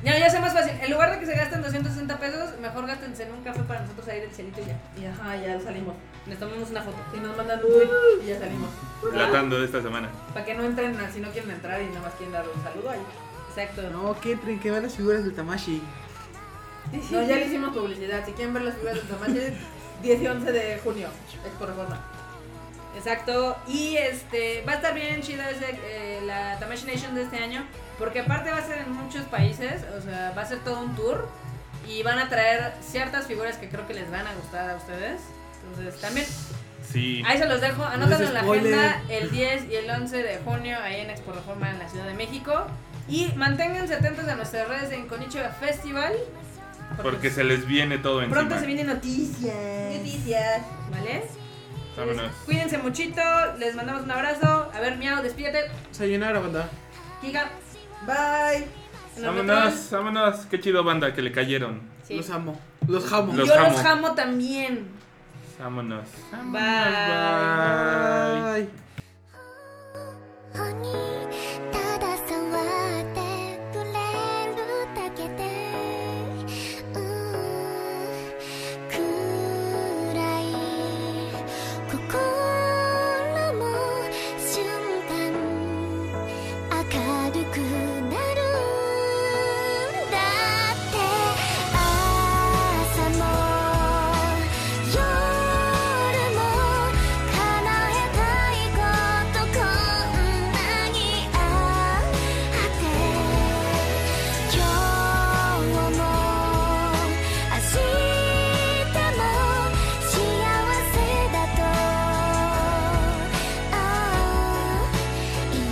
C: Ya, ya sea más fácil. En lugar de que se gasten 260 pesos, mejor gástense en un café para nosotros ahí del cielito y ya.
E: Y ajá, ya salimos.
C: Nos tomamos una foto.
E: Y nos mandan un tweet y ya salimos.
A: Tratando de esta semana.
E: Para que no entren si no quieren entrar y nada más quieren dar un saludo ahí.
C: Exacto.
D: No, que entren, que van las figuras del Tamashi.
E: No, ya le hicimos publicidad. Si quieren ver las figuras de Tamagotchi, 10 y 11 de junio. Es por reforma.
C: Exacto. Y este va a estar bien chido ese, eh, la Tamashii Nation de este año. Porque aparte va a ser en muchos países. O sea, va a ser todo un tour. Y van a traer ciertas figuras que creo que les van a gustar a ustedes. Entonces también.
A: Sí.
C: Ahí se los dejo. Anótalo
D: No es
C: en la
D: spoiler.
C: agenda el 10 y el 11 de junio ahí en Expo Reforma en la Ciudad de México. Y manténganse atentos a nuestras redes en Konichiwa Festival.
A: Porque se les viene todo encima.
C: Pronto se vienen noticias. Noticias. ¿Vale?
A: Vámonos.
C: Cuídense muchito, les mandamos un abrazo. A ver, miau, despídete.
D: Sayonara, banda.
C: Giga.
F: Bye.
C: nos vemos.
A: Vámonos, vámonos. Qué chido banda que le cayeron.
C: Sí.
D: Los amo. Los jamo.
A: Los
C: Yo
A: amo.
C: los amo también.
A: Vámonos. Vámonos,
C: Bye.
A: bye.
G: 「ただ触ってくれるだけで」「暗い心も瞬間明るくなるんだって」「朝も夜も叶えたいことこんなにあって」「今日も明日も幸せだとああ言え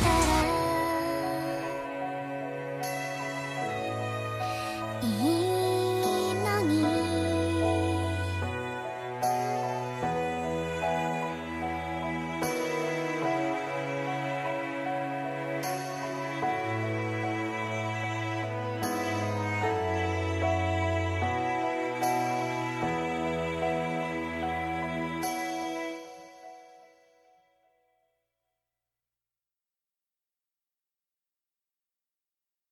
G: たら」いい